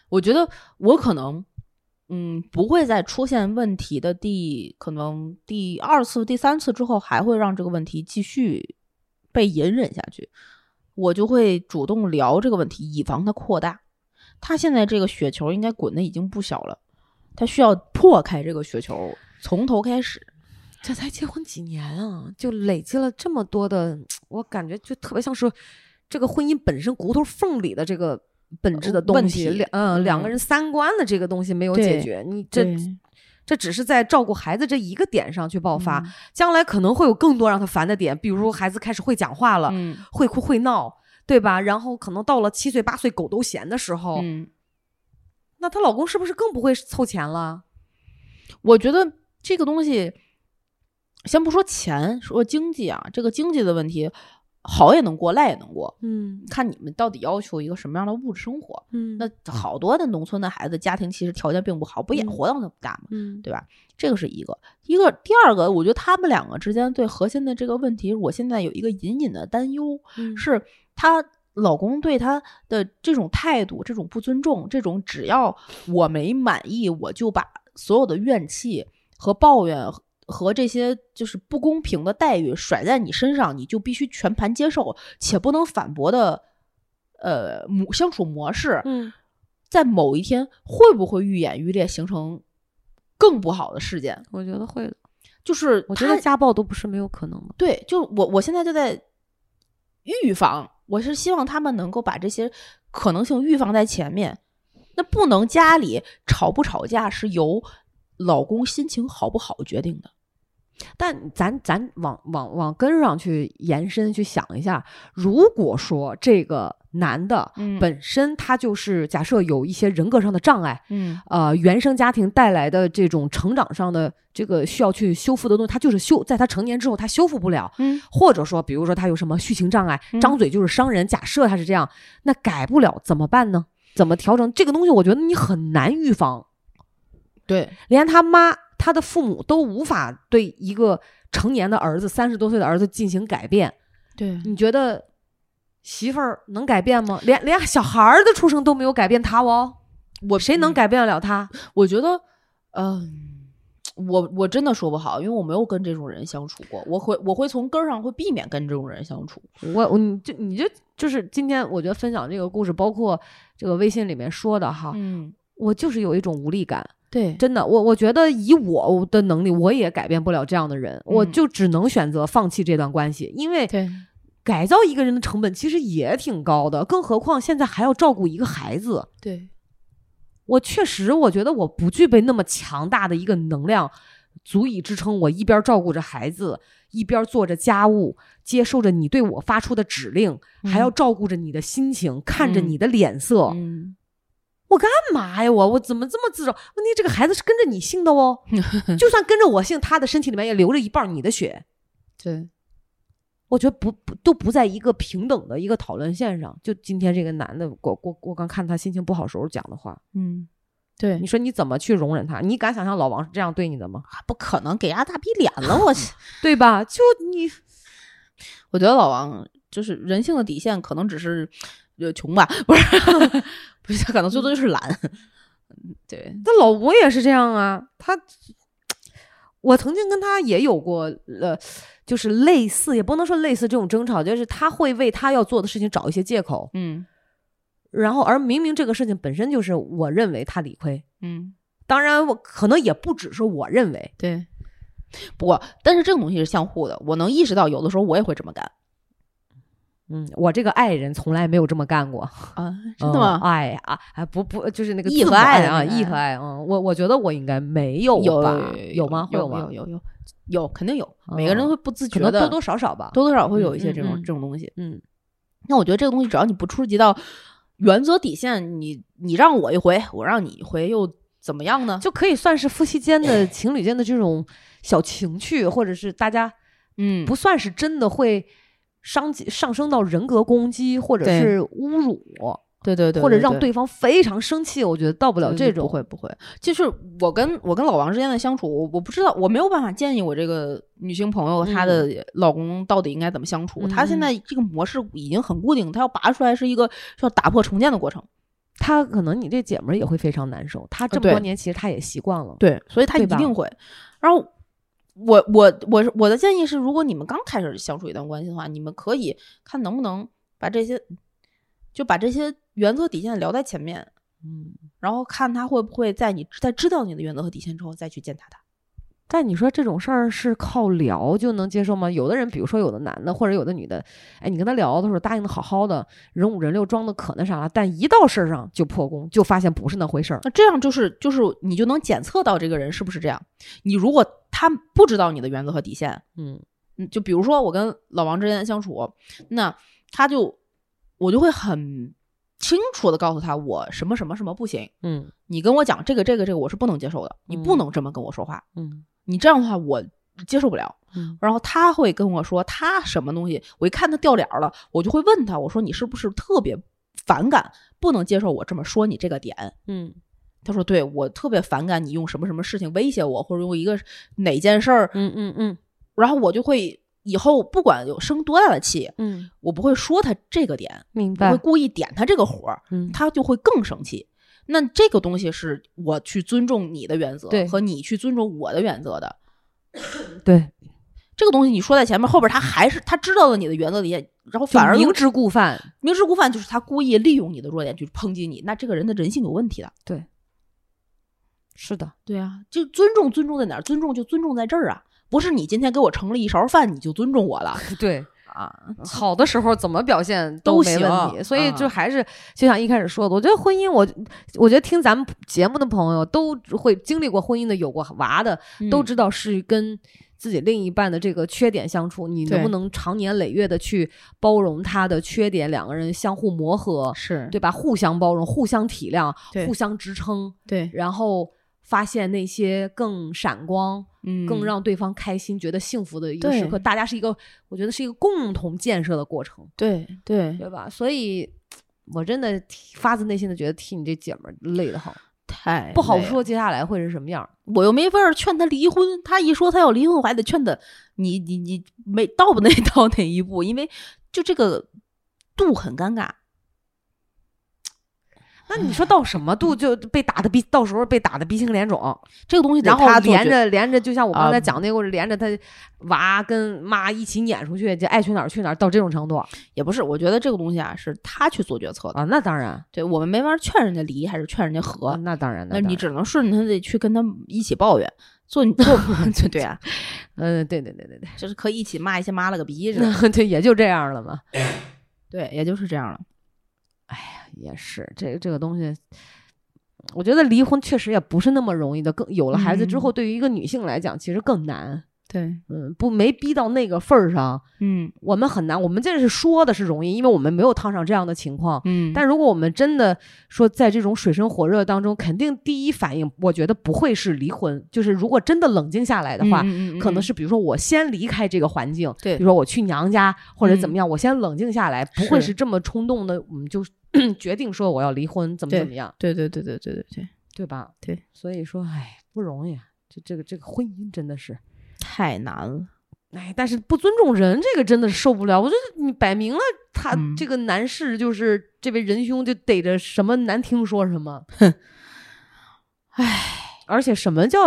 A: 我觉得我可能，嗯，不会在出现问题的第可能第二次、第三次之后，还会让这个问题继续被隐忍下去。我就会主动聊这个问题，以防它扩大。他现在这个雪球应该滚的已经不小了，他需要破开这个雪球，从头开始。
B: 这才结婚几年啊，就累积了这么多的，我感觉就特别像是这个婚姻本身骨头缝里的这个本质的东西，
A: 呃问题
B: 两嗯两个
A: 嗯
B: 人三观的这个东西没有解
C: 对
B: 决，你这
C: 对
B: 这只是在照顾孩子这一个点上去爆发，
C: 嗯
B: 将来可能会有更多让他烦的点，比如孩子开始会讲话了，
C: 嗯
B: 会哭会闹，对吧？然后可能到了七岁八岁狗都嫌的时候，
C: 嗯，
B: 那她老公是不是更不会凑钱了？
A: 我觉得这个东西，先不说钱，说经济啊，这个经济的问题，好也能过，赖也能过，
B: 嗯
A: 看你们到底要求一个什么样的物质生活。
B: 嗯
A: 那好多的农村的孩子家庭其实条件并不好，不也
B: 嗯
A: 活到那么大吗？
B: 嗯
A: 对吧？这个是一个，一个第二个，我觉得他们两个之间最核心的这个问题，我现在有一个隐隐的担忧，
B: 嗯
A: 是她老公对她的这种态度、这种不尊重、这种只要我没满意，我就把所有的怨气和抱怨和和这些就是不公平的待遇甩在你身上，你就必须全盘接受，且不能反驳的。呃，模相处模式
B: 嗯
A: 在某一天会不会愈演愈烈，形成更不好的事件？
B: 我觉得会的，
A: 就是
B: 我觉
A: 她
B: 得家暴都不是没有可能的。
A: 对，就我我现在就在预防，我是希望他们能够把这些可能性预防在前面。那不能家里吵不吵架是由老公心情好不好决定的。
B: 但咱咱往往往根上去延伸去想一下，如果说这个男的
A: 嗯
B: 本身他就是假设有一些人格上的障碍，
A: 嗯
B: 呃，原生家庭带来的这种成长上的这个需要去修复的东西，他就是修，在他成年之后他修复不了，
A: 嗯
B: 或者说，比如说他有什么虚情障碍，
A: 嗯
B: 张嘴就是伤人，假设他是这样，那改不了怎么办呢？怎么调整这个东西？我觉得你很难预防，
A: 对
B: 连他妈、他的父母都无法对一个成年的儿子、三十多岁的儿子进行改变，
C: 对
A: 嗯
B: 你觉得媳妇儿能改变吗？连连小孩儿的出生都没有改变他哦，
A: 我
B: 谁能改变得了他？
A: 我觉得，嗯、我我真的说不好，因为我没有跟这种人相处过。我会我会从根儿上会避免跟这种人相处。
B: 我我你就你就就是今天我觉得分享这个故事，包括这个微信里面说的哈，
A: 嗯，
B: 我就是有一种无力感，
A: 对，
B: 真的，我我觉得以我的能力，我也改变不了这样的人，我
A: 嗯
B: 就只能选择放弃这段关系，因为
C: 对
B: 改造一个人的成本其实也挺高的，更何况现在还要照顾一个孩子。
C: 对
B: 我确实，我觉得我不具备那么强大的一个能量，足以支撑我一边照顾着孩子，一边做着家务，接受着你对我发出的指令，还要照顾着你的心情，看着
A: 嗯
B: 你的脸色。
A: 嗯，
B: 我干嘛呀？我我怎么这么自找？问题这个孩子是跟着你姓的 哦，就算跟着我姓，他的身体里面也流着一半你的血。
C: 对，
B: 我觉得不不都不在一个平等的一个讨论线上。就今天这个男的，我我我刚看他心情不好时候讲的话，
A: 嗯，
C: 对
B: 你，说你怎么去容忍他？你敢想象老王是这样对你的吗？
A: 啊不可能给丫大逼脸了， 我去。
B: 对吧？就你
A: 我觉得老王就是人性的底线，可能只是呃穷吧，不是， 不是，可能最多就是懒。嗯对，
B: 那老吴也是这样啊，他。我曾经跟他也有过，呃，就是类似，也不能说类似这种争吵，就是他会为他要做的事情找一些借口，
A: 嗯
B: 然后而明明这个事情本身就是我认为他理亏，
A: 嗯，
B: 当然我可能也不只是我认为，
C: 对，
A: 不过但是这种东西是相互的，我能意识到有的时候我也会这么干
B: 嗯，我这个爱人从来没有这么干过，
A: 啊，真的吗？
B: 嗯爱呀、啊，哎不不，就是那个
A: 义
B: 字母
A: 和爱
B: 啊，
A: 的那个
B: 义和爱，嗯，我我觉得我应该没有
A: 有
B: 吧，
A: 有
B: 吗？会
A: 有
B: 吗？
A: 有有有有，肯定有，每个人
B: 嗯
A: 都会不自觉
B: 可能
A: 的
B: 多多少少吧，
A: 多多少少会有一些
B: 嗯
A: 这种、
B: 嗯嗯
A: 这种东西。
B: 嗯，
A: 那我觉得这个东西，只要你不触及到原则底线，你你让我一回，我让你一回，又怎么样呢？
B: 就可以算是夫妻 间的、情侣间的这种小情趣，或者是大家
A: 嗯
B: 不算是真的会伤及上升到人格攻击或者
A: 对
B: 是侮辱，
A: 对对对，
B: 或者让
A: 对
B: 对方非常生气，我觉得到不了
A: 对
B: 这
A: 对
B: 种。
A: 不会不会。就是我跟我跟老王之间的相处，我我不知道，我没有办法建议我这个女性朋友她的老公到底应该怎么相处。她现
B: 嗯
A: 在这个模式已经很固定，她要拔出来是一个需要打破重建的过程。
B: 他可能你这姐们儿也会非常难受，他这么
A: 呃对
B: 多年其实他也习惯了。
A: 对，所以他
B: 对
A: 一
B: 吧
A: 定会。然后我我我是我的建议是，如果你们刚开始相处一段关系的话，你们可以看能不能把这些就把这些原则底线聊在前面，
B: 嗯，
A: 然后看他会不会在你在知道你的原则和底线之后再去践踏他。
B: 但你说这种事儿是靠聊就能接受吗？有的人，比如说有的男的或者有的女的，哎，你跟他聊的时候答应的好好的，人五人六装的可那啥了，但一到事儿上就破功，就发现不是那回事儿。
A: 那这样就是就是你就能检测到这个人是不是这样。你如果他不知道你的原则和底线，
B: 嗯
A: 嗯，就比如说我跟老王之间相处，那他就我就会很清楚的告诉他我什么什么什么不行。
B: 嗯
A: 你跟我讲这个这个这个我是不能接受的，你不
B: 嗯
A: 能这么跟我说话，
B: 嗯
A: 你这样的话我接受不了。
B: 嗯
A: 然后他会跟我说他什么东西，我一看他掉脸儿了，我就会问他，我说你是不是特别反感，不能接受我这么说你这个点？
B: 嗯
A: 他说对我特别反感你用什么什么事情威胁我，或者用一个哪件事儿，
B: 嗯嗯嗯
A: 然后我就会以后不管有生多大的气，
B: 嗯，
A: 我不会说他这个点，
B: 明
A: 不
B: 白
A: 会。故意点他这个火，
B: 嗯，
A: 他就会更生气。那这个东西是我去尊重你的原则
B: 对，
A: 和你去尊重我的原则的。
B: 对，
A: 这个东西你说在前面，后边他还是他知道了你的原则底线，然后
B: 就
A: 反而
B: 明
A: 用
B: 知故犯。
A: 明知故犯，就是他故意利用你的弱点去抨击你，那这个人的人性有问题的。
B: 是的，
A: 对啊，就尊重尊重在哪儿？尊重就尊重在这儿啊，不是你今天给我盛了一勺饭你就尊重我了
B: 对，
A: 啊。
B: 好的时候怎么表现
A: 都
B: 没问题，
A: 行
B: 所以就
A: 嗯
B: 还是、就像一开始说的，我觉得婚姻我，我觉得听咱们节目的朋友都会经历过婚姻的，有过娃的，都
A: 都
B: 知道是跟自己另一半的这个缺点相处，你能不
A: 对
B: 能长年累月的去包容他的缺点，两个人相互磨合，
A: 是
B: 对吧？互相包容，互相体谅，
A: 对
B: 互相支撑，
A: 对，
B: 然后发现那些更闪光、
A: 嗯
B: 更让对方开心、觉得幸福的一个时刻，
A: 对
B: 大家是一个，我觉得是一个共同建设的过程，
A: 对对
B: 对吧？所以。我真的挺发自内心的觉得替你这姐们儿累得慌，
A: 太
B: 不好
A: 累了。
B: 说接下来会是什么样儿。
A: 我又没法儿劝他离婚，他一说他要离婚，我还得劝他，你你你没到不那到哪一步，因为就这个度很尴尬。
B: 那
A: 哎
B: 你说到什么度就被打的鼻，到时候被打的鼻青脸肿，
A: 这个东西得
B: 然后
A: 他做
B: 连
A: 决，
B: 着连着，就像我刚才
A: 啊
B: 讲那个，连着他娃跟妈一起撵出去，就爱去哪儿去哪儿，到这种程度啊？
A: 也不是，我觉得这个东西啊是他去做决策的，
B: 那当然，
A: 对我们没法儿劝人家离还是劝人家和，
B: 啊那当然，
A: 嗯那
B: 当
A: 你
B: 然
A: 只能顺着他得去跟他一起抱怨， 做你做就对啊，
B: 嗯，对对对对对
A: 就是可以一起骂一些妈了个逼似的，
B: 那，对 也就这样了嘛。
A: 对，也就是这样了。
B: 也是，这个这个东西，我觉得离婚确实也不是那么容易的。更有了孩子
A: 嗯
B: 之后，对于一个女性来讲，其实更难。
A: 对，
B: 嗯，不没逼到那个份儿上，
A: 嗯
B: 我们很难。我们这是说的是容易，因为我们没有趟上这样的情况。
A: 嗯
B: 但
A: 但
B: 如果我们真的说在这种水深火热当中，肯定第一反应，我觉得不会是离婚。就是如果真的冷静下来的
A: 的
B: 话
A: 话，，嗯
B: 可能是比如说我先离开这个环境，
A: 对嗯
B: 比如说我去娘家或者怎么样，我先冷静下来，不会
A: 是
B: 是这么冲动的，我们就 决定说我要离婚，怎么怎么样，
A: 对对对对对对对，
B: 对吧？
A: 对，
B: 所以说，哎，不容易啊，这这个这个婚姻真的是。
A: 太难了。
B: 哎，但是不尊重人，这个真的是受不了。我觉得你摆明了，他
A: 嗯
B: 这个男士就是这位仁兄，就逮着什么难听说什么。
A: 唉，
B: 而且什么叫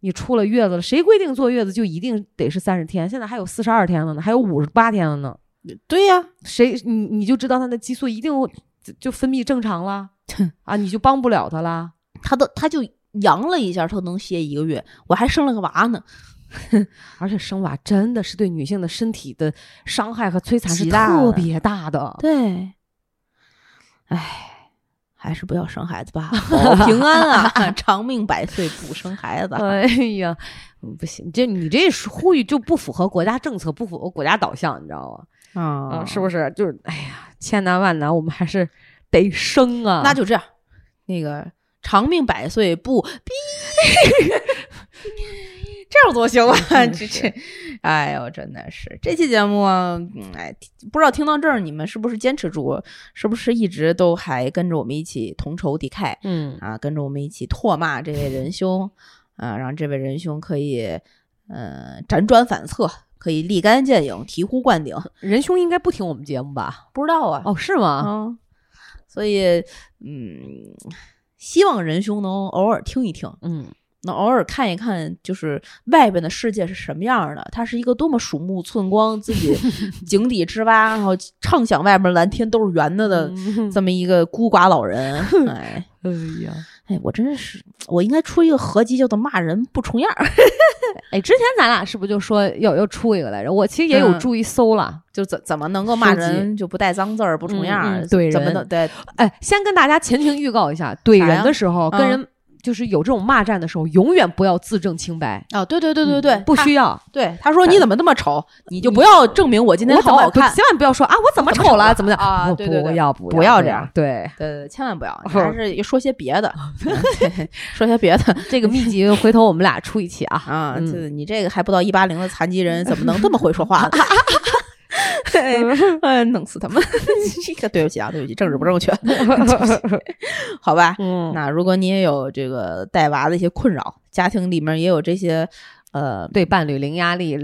B: 你出了月子了？谁规定坐月子就一定得是三十天？现在还有四十二天了呢，还有五十八天了呢。
A: 呃对呀、
B: 谁你你就知道他的激素一定就就分泌正常了啊，你就帮不了他啦。
A: 他都他就阳了一下，他能歇一个月，我还生了个娃呢。
B: 而且生娃真的是对女性的身体的伤害和摧残是
A: 极大的
B: 特别大的。
A: 对，唉，还是不要生孩子 吧，保平安啊， 长命百岁，不生孩子。
B: 哎呀，嗯不行，这你这呼吁就不符合国家政策，不符合国家导向，你知道吗？
A: 啊
B: 啊，是不是？就是哎呀，千难万难，我们还是得生啊。
A: 那就这样，那个长命百岁不逼，这样多行吧？这这，哎呦，真的是这期节目啊，嗯哎，不知道听到这儿你们是不是坚持住，是不是一直都还跟着我们一起同仇敌忾
B: 嗯，
A: 啊，跟着我们一起唾骂这位仁兄啊，让这位仁兄可以呃辗转反侧，可以立竿见影，醍醐灌顶。
B: 仁兄应该不听我们节目吧？
A: 不知道啊，
B: 哦，是吗？
A: 啊，所以嗯，希望仁兄能偶尔听一听，
B: 嗯，
A: 能偶尔看一看，就是外边的世界是什么样儿的，它是一个多么鼠目寸光、自 己井底之蛙，然后畅想外边蓝天都是圆的的
B: 嗯
A: 这么一个孤寡老 人。哎
B: 哎呀，
A: 哎，我真是，我应该出一个合集，叫做“骂人不重样儿
B: 哎，之前咱俩是不是就说要要出一个来着？我其实也有
A: 嗯
B: 注意搜了。”，
A: 就怎怎么能够骂
B: 收集
A: 人就不带脏字儿、不重样
B: 嗯
A: 儿
B: 嗯？怼
A: 怎么
B: 人
A: 能对
B: 哎，先跟大家前情预告一下，怼
A: 啥
B: 人
A: 呀
B: 的时候，
A: 嗯
B: 跟人就是有这种骂战的时候，永远不要自证清白。
A: 啊？对对对对
B: 嗯
A: 对，
B: 不
A: 他
B: 需要。
A: 对，他说你怎么这么 丑，你就不要证明我今天
B: 我怎
A: 好
B: 么
A: 好看。
B: 千万不要说啊，我怎么
A: 怎么
B: 丑
A: 丑
B: 了，
A: 了
B: 怎么的
A: 啊
B: 不
A: 对对对
B: 不要不
A: 不要这样
B: 对，
A: 对对，对呃千万不
B: 哦
A: 要，你还是说些别 的，嗯说些别的
B: 这个秘籍回头我们俩出一期 啊。
A: 啊！
B: 嗯
A: 就是你这个还不到一八零的残疾人，怎么能这么会说话呢？ 哎
B: 嗯
A: 哎，弄死他们！ 这个对不起啊，对不起，政治不正确，好吧？
B: 嗯，
A: 那如果你也有这个带娃的一些困扰，家庭里面也有这些呃
B: 对伴侣零压力，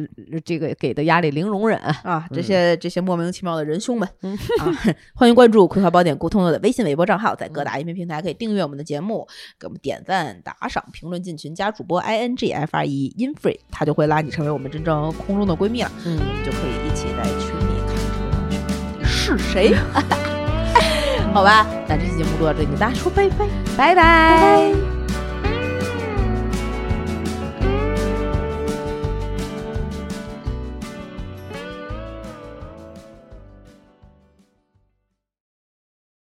B: 这个给的压力零容忍。
A: 啊，这些这些莫名其妙的人兄们、
B: 嗯
A: 啊， 欢迎关注《葵花宝典》沟通的微信、微博账号，在
B: 嗯
A: 各大音频平台可以订阅我们的节目，给我们点赞、打赏、评论、进群、加主播 i n g f r e in free，他就会拉你成为我们真正空中的闺蜜了，
B: 嗯，
A: 我们就可以一起在群里看这个是谁， 好吧？那这期节目就到这里，大家说拜拜，拜拜。拜拜